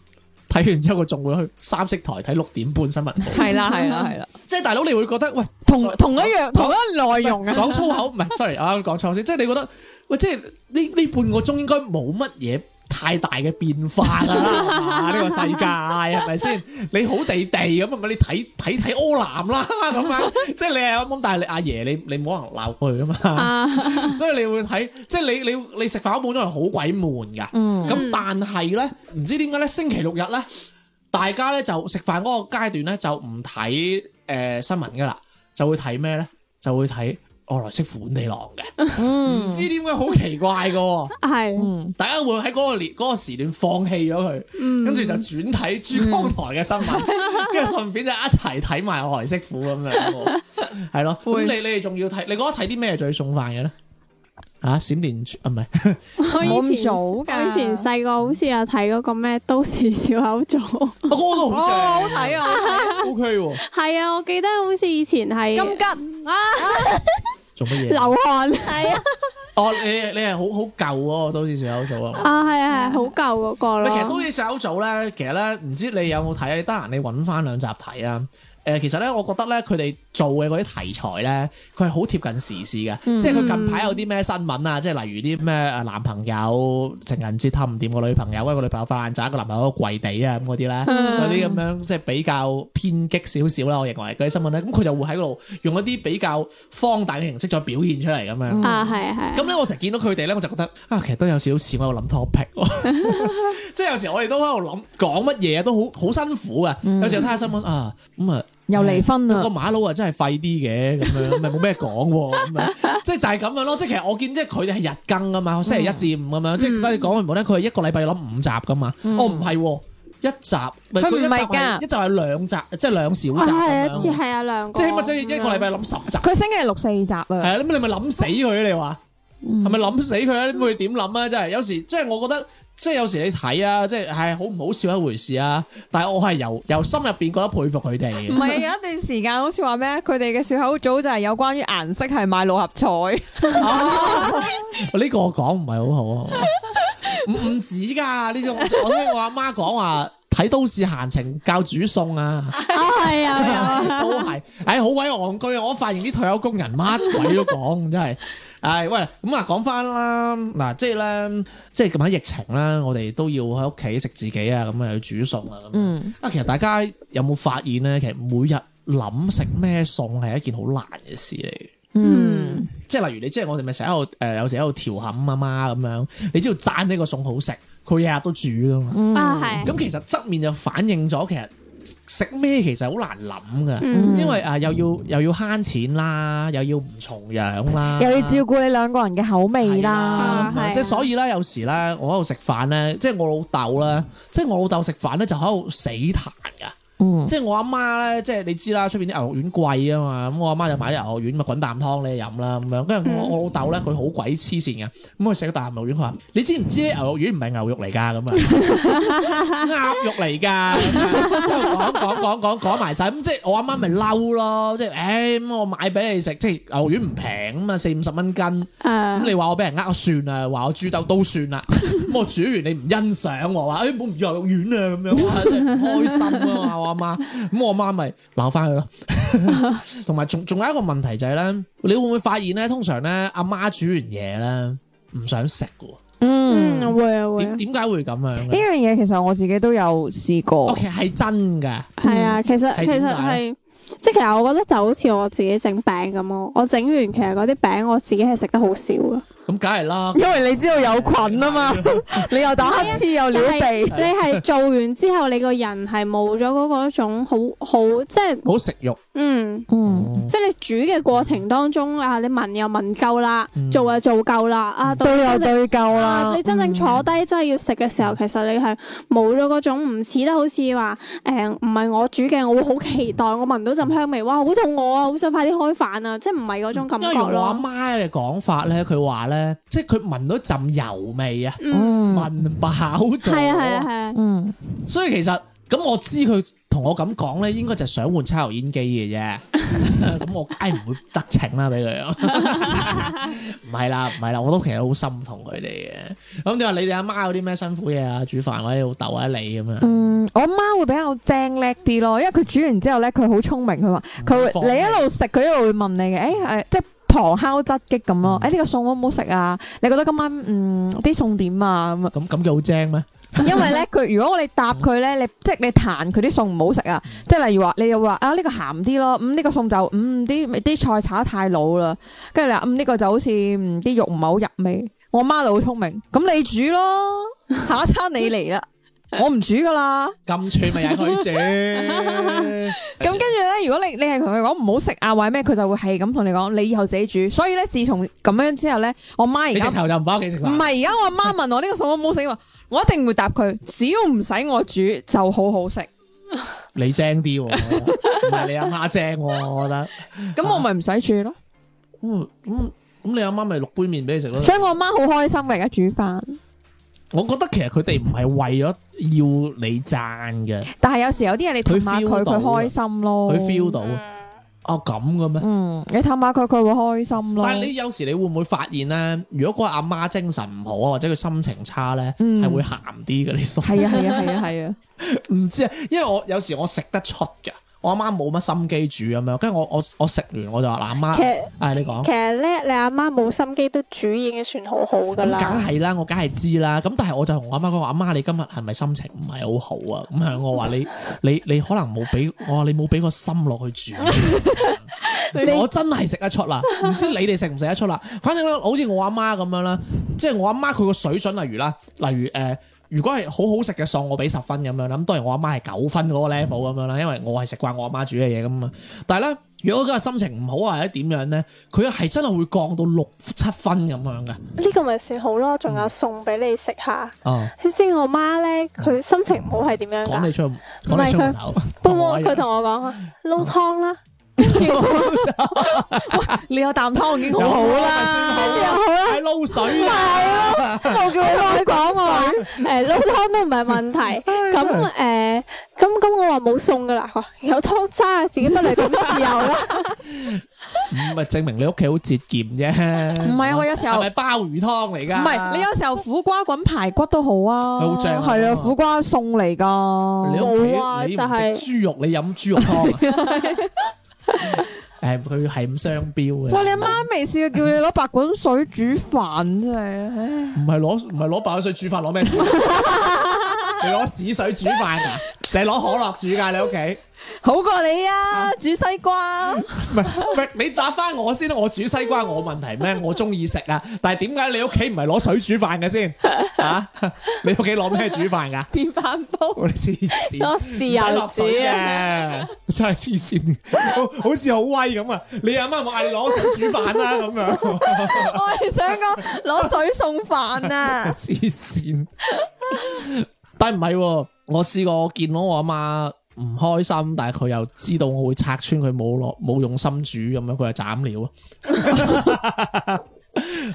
Speaker 1: 睇完之後佢仲會去三色台睇六點半新聞報。
Speaker 4: 係啦，係啦，係啦，
Speaker 1: 即係大佬，你會覺得喂，
Speaker 4: 同同一樣同一內容啊，
Speaker 1: 講粗口唔係，sorry，我啱啱講粗口先。即係你覺得喂，即係呢呢半個鐘應該冇乜嘢。太大嘅變化 [laughs] 啦，係嘛呢個世界係咪先？你好地地咁，係咪你睇睇睇柯南啦咁樣？即係你係咁，但係你阿爺你你冇可能鬧佢噶嘛？
Speaker 6: 啊，
Speaker 1: 所以你會睇，即係你你你食飯嗰碗都係好鬼悶㗎。
Speaker 4: 嗯，
Speaker 1: 咁、但係咧，唔知點解咧，星期六日咧，大家咧就食飯嗰個階段咧就唔睇誒新聞㗎啦，就會睇咩咧？就會睇外來媳婦本地郎嘅，唔
Speaker 4: 嗯，
Speaker 1: 知點解好奇怪㗎喎，
Speaker 6: 啊係，
Speaker 4: 嗯，
Speaker 1: 大家會喺嗰個年嗰、個時段放棄咗佢。
Speaker 6: 嗯
Speaker 1: 跟住就轉睇珠江台嘅新
Speaker 4: [laughs]
Speaker 1: 聞，跟住順便就一齊睇埋《外來媳婦》咁樣喎，係咯。咁
Speaker 4: 會
Speaker 1: 你你哋仲要睇？你覺得睇啲咩最送飯嘅咧？啊，閃電啊，唔係 [laughs]
Speaker 6: 我
Speaker 4: 冇
Speaker 6: 以
Speaker 4: 咁
Speaker 6: 前
Speaker 4: 早
Speaker 6: 我
Speaker 4: 㗎
Speaker 6: 以前細個好似有睇嗰個咩都市笑口組，
Speaker 1: 我嗰個都
Speaker 4: 哦，
Speaker 1: 好正，
Speaker 4: 好睇啊，
Speaker 1: O K 喎。
Speaker 6: 係啊，我記得好似以前係
Speaker 4: 金吉
Speaker 6: 啊
Speaker 1: 做乜嘢？啊
Speaker 6: 流汗
Speaker 1: [laughs] 哦，你你係好好舊嗰個都市小口組啊！
Speaker 6: 啊，係啊係好舊嗰個
Speaker 1: 喂
Speaker 6: 咯，
Speaker 1: 其實都市小口組咧，其實咧唔知你有冇睇？你得閒你揾翻兩集睇啊！誒，其實咧，我覺得咧，佢哋做嘅嗰啲題材咧，佢係好貼近時事嘅，即係佢近排有啲咩新聞啊，即係例如啲咩誒男朋友情人節氹唔掂個女朋友，喂個女朋友發爛渣，個男朋友跪地啊咁嗰啲咧，嗰啲咁樣即係比較偏激少少啦，我認為嗰啲新聞咧，咁佢就會喺度用一啲比較荒誕嘅形式再表現出嚟咁樣。
Speaker 6: 啊係啊係啊
Speaker 1: 嗯咁咧，我成日見到佢哋咧，我就覺得啊，其實都有少少似我喺度諗 topic，喎即係有時我哋都喺度諗講乜嘢都好好辛苦啊。有時候睇下新聞啊，咁啊
Speaker 4: 又離婚
Speaker 1: 個
Speaker 4: 啦，
Speaker 1: 馬佬啊真係廢啲嘅咁樣，咪冇咩講喎咁樣，即係就係咁樣咯。即係其實我見即係佢哋係日更啊嘛，星期一至五咁樣，即係等你講完冇咧，佢係一個禮拜要諗五集噶嘛。
Speaker 4: 嗯
Speaker 1: 哦，唔係喎，一集咪
Speaker 4: 佢
Speaker 1: 佢一集
Speaker 4: 唔係㗎
Speaker 1: 係一集係兩集，即係兩小集
Speaker 6: 啊係
Speaker 1: 咁
Speaker 6: 啊，似
Speaker 1: 樣。
Speaker 6: 係啊兩個，
Speaker 1: 即係起碼即係一個禮拜諗十集。
Speaker 4: 佢星期六四集啊。
Speaker 1: 係啊，咁你咪諗死佢，啊你話
Speaker 4: 嗯
Speaker 1: 係咪諗死佢啊？咁佢點諗啊？真係有時即係我覺得，即係有時你睇啊，即係係好唔好笑一回事啊。但係我係由由心入邊覺得佩服佢哋
Speaker 4: 唔
Speaker 1: 嘅。
Speaker 4: 係啊，有一段時間好似話咩，佢哋嘅笑口組就係有關於顏色係買六合彩，
Speaker 1: [laughs] 呢個我講唔係好好啊，唔唔止㗎呢種。我聽我阿媽講話睇都市閒情教煮餸啊，
Speaker 6: 啊係啊 [laughs] 係啊。
Speaker 1: [laughs] 都係唉好鬼戇居啊！我發現啲退休工人乜鬼都講，真
Speaker 6: [laughs]
Speaker 1: 係。唉，喂，咁啊，講翻啦，嗱，即係咧，即係咁喺疫情啦，我哋都要喺屋企食自己啊，咁啊要煮餸啊，咁樣。
Speaker 4: 嗯，
Speaker 1: 啊，其實大家有冇發現咧？其實每日諗食咩餸係一件好難嘅事嚟嘅。
Speaker 4: 嗯，
Speaker 1: 即係例如你即係我哋咪成日喺度誒，有時喺度調侃媽媽咁樣，你知道讚呢個餸好食，佢日日都煮噶嘛。
Speaker 6: 啊係，
Speaker 1: 嗯咁其實側面就反映咗其實食咩其實好難諗噶，
Speaker 6: 嗯
Speaker 1: 因為啊又要又要慳錢啦，又要唔重樣啦，
Speaker 4: 又要照顧你兩個人嘅口味啦，
Speaker 1: 啦
Speaker 6: 啊，
Speaker 1: 咁樣
Speaker 6: 係
Speaker 1: 嗯即係所以咧，有時咧，我喺度食飯咧，即係我老豆咧，即係我老豆食飯咧就喺度死彈㗎。
Speaker 4: 嗯，
Speaker 1: 即係我阿媽咧，即係你知啦，出邊啲牛肉丸貴啊嘛，咁我阿媽就買啲牛肉丸咪滾啖湯你飲啦咁樣。跟住
Speaker 4: 嗯
Speaker 1: 我我老豆咧，佢好鬼黐線嘅，咁佢食咗啖牛肉丸，佢話：你知唔知咧牛肉丸唔係牛肉嚟㗎
Speaker 4: [laughs]
Speaker 1: 咁啊，鴨肉嚟㗎。咁啊講講講講講埋晒，咁即係我阿媽咪嬲咯，即係誒咁我買俾你食，即係牛肉丸唔平啊嘛，四五十蚊斤。咁
Speaker 6: 誒
Speaker 1: 你話我俾人呃算啦，話我豬兜都算
Speaker 6: [laughs]
Speaker 1: 啦。咁我煮完你唔欣賞我，話誒哎冇唔牛肉丸啊咁
Speaker 6: [laughs]
Speaker 1: 樣，哇真係唔開心啊嘛我阿媽。咁我阿媽咪鬧翻佢咯。
Speaker 6: [laughs]
Speaker 1: 同埋仲仲有一個問題就係咧，你會唔會發現咧？通常咧阿媽煮完嘢咧唔想食嘅
Speaker 4: 嗯，呢
Speaker 6: 嗯會啊
Speaker 1: 喎，
Speaker 6: 會啊
Speaker 1: 點。點解會咁樣嘅？
Speaker 4: 樣嘢其實我自己都有試過
Speaker 1: 哦，，其實係真嘅，
Speaker 6: 係啊，其實
Speaker 1: 係
Speaker 6: 其
Speaker 1: 點
Speaker 6: 實
Speaker 1: 解
Speaker 6: 係即係其實我覺得就好似我自己整餅咁咯，我整完其實嗰啲餅我自己係食得好少啊嘅。
Speaker 1: 咁梗係啦，
Speaker 4: 因為你知道有菌啊嘛， [laughs] 你又打乞嗤又撩鼻，
Speaker 6: 你係做完之後，你個人係冇咗嗰個一種好好，即係
Speaker 1: 好食肉。
Speaker 6: 嗯，
Speaker 4: 嗯，
Speaker 6: 即係你煮嘅過程當中啊，你聞又聞夠啦，
Speaker 1: 嗯
Speaker 6: 做又做夠啦，啊，到
Speaker 4: 對又
Speaker 6: 真正
Speaker 4: 對夠
Speaker 6: 啊
Speaker 4: 啦，
Speaker 6: 你真正
Speaker 1: 嗯
Speaker 6: 坐低真係要食嘅時候，其實你係冇咗嗰種唔似得好似話誒唔係我煮嘅，我會好期待，我聞到陣香味，哇好肚餓啊，好想快啲開飯啊，即係唔係嗰種感
Speaker 1: 因為
Speaker 6: 覺
Speaker 1: 用我阿
Speaker 6: 咯。
Speaker 1: 媽嘅講法咧，佢話咧，即係佢聞到陣油味啊，
Speaker 6: 嗯，
Speaker 4: 嗯
Speaker 1: 聞飽咗。
Speaker 6: 係啊係啊係啊，
Speaker 4: 嗯，
Speaker 1: 所以其實咁我知佢同我咁講咧，應該就係想換抽油煙機嘅啫。 [laughs] 咁我梗係唔會得逞啦，俾 [laughs] 佢。唔係啦，唔係啦，我都其實好心痛佢哋嘅。咁你話你哋阿媽有啲咩辛苦嘢啊？煮飯或者老豆或者你咁樣，
Speaker 4: 嗯，我媽會比較精叻啲咯，因為佢煮完之後咧，佢好聰明，佢話佢
Speaker 1: 放
Speaker 4: 會你一路食，佢一路會問你嘅，誒、誒，即係旁敲側擊咁咯，誒、
Speaker 1: 嗯
Speaker 4: 呢、個餸好唔好食啊？你覺得今晚嗯啲餸點啊？咁啊
Speaker 1: 咁咁佢好精咩？
Speaker 4: [laughs] 因為咧，佢如果我哋答佢咧，你即係你彈佢啲餸唔好食啊，即係例如話，你又話啊呢個鹹啲咯，嗯呢個餸就嗯啲啲菜炒得太老啦，跟住你話嗯呢個就好似嗯啲肉唔係好入味。我媽就好聰明，咁你煮咯，下一餐你嚟 [laughs] 啦，我唔煮噶啦。
Speaker 1: 咁脆咪係佢
Speaker 4: [laughs]
Speaker 1: 煮。
Speaker 4: 咁跟住咧，如果你你係同佢講唔好食啊，或者咩，佢就會係咁同你講，你以後自己煮。所以咧，自從咁樣之後咧，我媽而
Speaker 1: 你直
Speaker 4: 家
Speaker 1: 頭就唔翻屋企食
Speaker 4: 唔
Speaker 1: 飯。
Speaker 4: 係而家我阿媽問我呢個餸好唔好食，我一定會答佢，只要唔使我煮就好好食。
Speaker 1: [laughs] 你精啲喎，唔係你阿媽精喎，我覺得。
Speaker 4: 咁我咪唔使煮咯。
Speaker 1: 咁咁咁，你阿媽咪六杯麵俾你食咯。
Speaker 4: 所以我阿媽好開心嘅，而家煮飯。
Speaker 1: 我覺得其實佢哋唔係為咗要你讚嘅，
Speaker 4: 但係有時有啲嘢你氹下
Speaker 1: 佢 feel
Speaker 4: 佢，
Speaker 1: 到啊
Speaker 4: 佢開心咯。
Speaker 1: 佢 feel 到
Speaker 5: 嗯
Speaker 1: 啊哦咁嘅咩？
Speaker 4: 嗯，你氹下佢，佢會開心咯。
Speaker 1: 但係你有時你會唔會發現咧？如果嗰個阿媽精神唔好啊，或者佢心情差咧，
Speaker 4: 嗯
Speaker 1: 係會鹹啲嘅啲餸。
Speaker 4: 係啊係啊係啊係啊，
Speaker 1: [laughs] 唔知啊，因為我有時我食得出嘅，我阿媽冇乜心機煮咁樣，跟住我我我食完我就話嗱阿
Speaker 5: 啊
Speaker 6: 其
Speaker 1: 媽，
Speaker 6: 實
Speaker 1: 誒你講。
Speaker 6: 其實咧，你阿媽冇心機都煮已經算好好噶
Speaker 1: 咁梗
Speaker 6: 啦。
Speaker 1: 係啦，我梗係知啦。咁但係我就同我阿媽講話，阿媽你今日係咪心情唔係好好啊？咁樣我話 [laughs] 你你你可能冇俾我話你冇俾個心落去 [laughs] 煮。我真係食得出啦，唔知你哋食唔食得出啦？反正咧，好似我阿媽咁樣啦，即係我阿媽佢個水準，例如啦，例如誒、呃如果係好好食嘅餸，我俾十分咁樣啦。咁當然我阿媽係九分嗰個 level 咁樣啦，因為我係食慣我阿媽煮嘅嘢咁啊。但係咧，如果佢日心情唔好啊，或者點樣咧，佢係真係會降到六七分咁樣嘅。
Speaker 5: 呢個咪算好咯，仲有餸俾你食下。
Speaker 1: 哦，
Speaker 5: 你知我媽咧，佢心情唔好係點樣
Speaker 1: 講
Speaker 5: 㗎
Speaker 1: 你？出
Speaker 5: 唔
Speaker 1: 講你
Speaker 5: 係
Speaker 1: 出
Speaker 5: 佢
Speaker 1: 門口，
Speaker 5: 不
Speaker 1: 同我
Speaker 5: 過
Speaker 1: 一樣
Speaker 5: 佢同我講話撈湯啦，跟住我
Speaker 4: 你有啖湯已經好好
Speaker 1: 啊
Speaker 4: 啦。
Speaker 1: 係撈水啊！
Speaker 6: 我叫佢講我話誒撈湯都唔係問題，咁誒咁咁我話冇餸噶啦，佢話有湯渣自己不嚟點豉油啦。
Speaker 1: 唔係證明你屋企好節儉啫。
Speaker 4: 唔係啊我有時候
Speaker 1: 係咪鮑魚湯嚟㗎？
Speaker 4: 唔係，你有時候苦瓜滾排骨都好啊，
Speaker 1: 係好正啊
Speaker 4: 係啊，苦瓜餸嚟噶。
Speaker 1: 你屋企
Speaker 6: 冇啊
Speaker 1: 你唔
Speaker 6: 就係
Speaker 1: 食豬肉，你飲豬肉湯啊？à? 誒，佢係咁商標嘅。
Speaker 4: 哇！你阿媽未試過叫你攞白滾水煮飯真係，唉
Speaker 1: 唔係攞唔係攞白開水煮飯，攞咩煮？你攞屎水煮飯啊？你攞可樂煮㗎？你屋企？
Speaker 4: 好過你啊！煮西
Speaker 1: [laughs]
Speaker 4: 瓜，
Speaker 1: 唔係，喂你答翻我先啦。我煮西瓜我問題咩？我中意食啊，但係點解你屋企唔係攞水煮飯嘅
Speaker 6: [laughs]
Speaker 1: 先？啊，你屋企攞咩煮飯㗎？
Speaker 4: 電飯煲。 [laughs]
Speaker 1: 我哋黐線。
Speaker 6: [laughs] 多豉
Speaker 1: 唔使
Speaker 6: 油
Speaker 1: 落
Speaker 6: 煮
Speaker 1: 水
Speaker 6: 啊！
Speaker 1: 嘅，真係黐線，好好似好威咁啊！你阿媽冇嗌你攞水煮飯啦咁樣，
Speaker 4: 我係想講攞水送飯
Speaker 1: [laughs]
Speaker 4: 啊！
Speaker 1: 黐線。但係唔係喎，我試過見到我阿媽唔開心，但係佢又知道我會拆穿佢冇落冇用心煮咁樣，佢就斬料啊！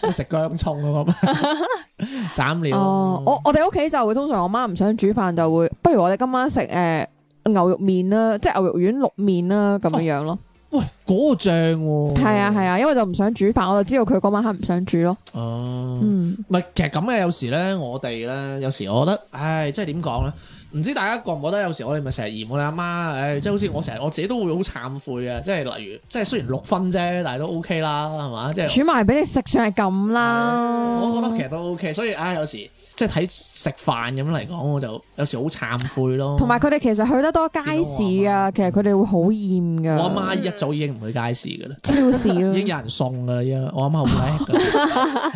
Speaker 1: 我食姜葱啊嘛， [laughs] 斬料。
Speaker 4: 哦，我我哋屋企就會通常我媽唔想煮飯就會，不啊如我哋今晚食誒牛肉麵啦，即係牛肉丸淥麵啦咁樣樣咯。
Speaker 1: 喂，嗰嗰個正喎。
Speaker 4: 係啊係啊，因為就唔想煮飯，我就知道佢嗰晚黑唔想煮咯。
Speaker 1: 哦，
Speaker 4: 嗯，
Speaker 1: 唔係，其實咁嘅有時咧，我哋咧有時我覺得，唉，即係點講咧？唔知大家覺唔覺得有時我哋咪成日嫌我哋阿媽，唉，即係好似我成日我自己都會好懺悔嘅，即係例如，即係雖然六分啫，但係都 OK 啦，係嘛？即係
Speaker 4: 煮埋俾你食算係咁啦。
Speaker 1: 我覺得其實都 OK，所以唉，有時即係睇食飯咁嚟講，我就有時好懺悔咯。
Speaker 4: 同埋佢哋其實去得多街市啊，其實佢哋會好厭噶。
Speaker 1: 我阿媽一早已經唔去街市噶啦。
Speaker 4: 超市啊
Speaker 1: 已經
Speaker 4: 咯，
Speaker 1: 有人送噶啦，因為我阿媽好叻
Speaker 6: [laughs]
Speaker 1: 噶，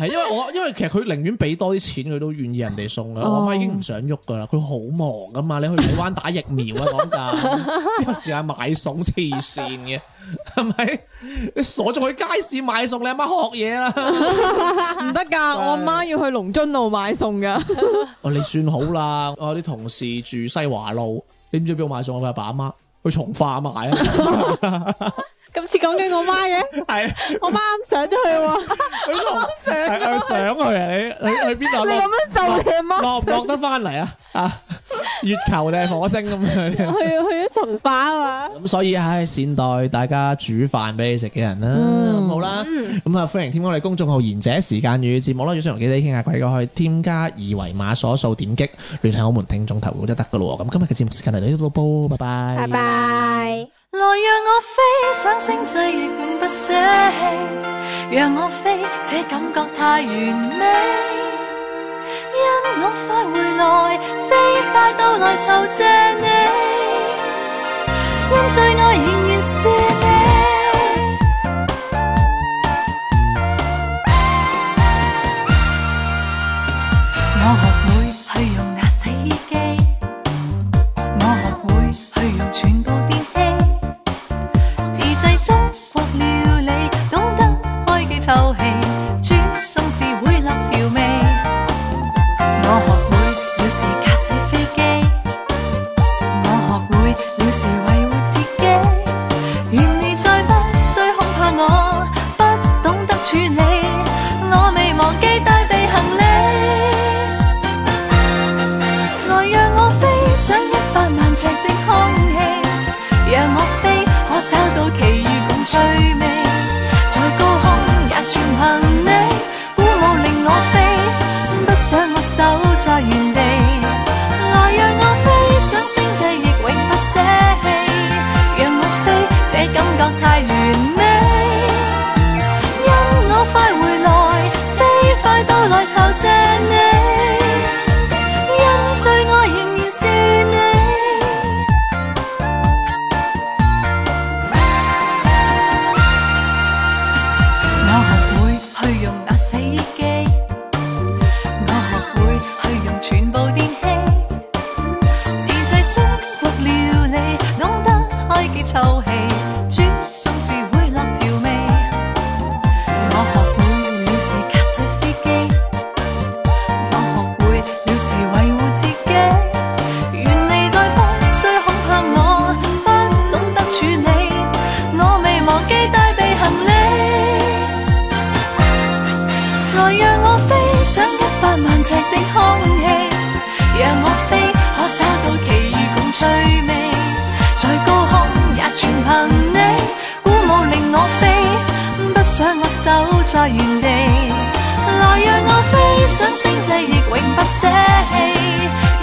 Speaker 1: 係因為我因為其實佢寧願俾多啲錢，佢都願意人哋送噶。
Speaker 4: 哦
Speaker 1: 我阿媽已經唔想喐噶啦，佢好忙噶嘛，你去台灣打疫苗啊講㗎， [laughs] 邊有時間買餸黐線嘅，係咪？你傻仲去街市買餸，你阿媽學嘢啦。
Speaker 4: 唔得㗎，我阿媽要去龍津路買餸㗎。
Speaker 1: 哦，你算好啦，我有啲同事住西華路，你知唔知邊度買餸啊？佢阿爸阿媽去從化買啊，
Speaker 6: [laughs] 今次講緊我媽嘅，
Speaker 1: [laughs] 係
Speaker 6: 我媽啱上咗去喎，
Speaker 1: [laughs] 佢從係佢想去啊！你去去邊度啊？
Speaker 4: [laughs] 你咁樣就你阿媽，
Speaker 1: 落唔落得翻嚟啊？啊，月球定係火星咁樣？
Speaker 6: 去去咗從化啊嘛，
Speaker 1: 咁所以唉，善待大家煮飯俾你食嘅人啦，咁好啦。咁啊，歡迎添加我哋公眾號賢者時間與節目啦，要想同記者傾下偈嘅，可以添加二維碼掃一掃點擊聯繫我們聽眾投稿就得噶咯喎。咁今日嘅節目時間嚟到呢度咯噃，拜拜。
Speaker 6: 拜拜。
Speaker 7: 來讓我飛，想星際亦永不捨棄。讓我飛，這感覺太完美。因我快回來，飛快到來酬謝你。因最愛仍然是你。我學會去用那洗衣機，我學會去用全部電器。自製中國料理，懂得開記湊氣，煮餸時會立調味。我學會了時駕駛飛機，我學會了時維護自己。願你再不需恐怕我不懂得處理，我未忘記帶備行李。來讓我飛上一百萬尺的空氣，讓我飛，可找到奇遇共趣味。在高空也全憑你，鼓舞令我飛，不想我守在原地。來讓我飛上星際，亦永不捨棄。讓我飛，這感覺太完美。因我快回來，飛快到來酬謝你，因最愛仍然是你。我學會去用那洗衣機，我學會去用全部電器。自製中國料理，懂得開幾臭氣，煮餸時會立調味。我學會了時駕駛飛機，我學會了時維護自己。願你再不需恐怕我不懂得處理，我未忘記帶備行李。來讓我飛上一百萬尺的空氣，讓我飛可找到奇遇共趣味，在高空也全憑你鼓舞令我飛，不想我守在原地。來讓我飛上星際，亦永不捨棄。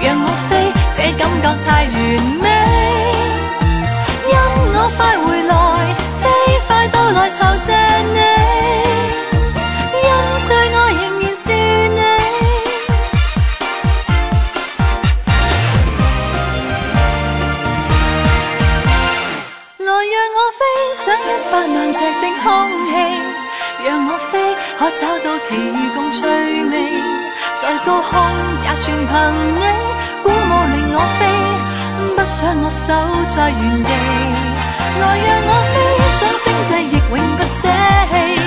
Speaker 7: 讓我飛，這感覺太完美。因我快回來，飛快到來酬謝你，因最愛仍然是你。來讓我飛上一百萬尺的空氣，讓我飛可找到奇遇共趣味，在高空也全憑你鼓舞令我飛，不想我守在原地。來讓我飛上星際，亦永不捨棄。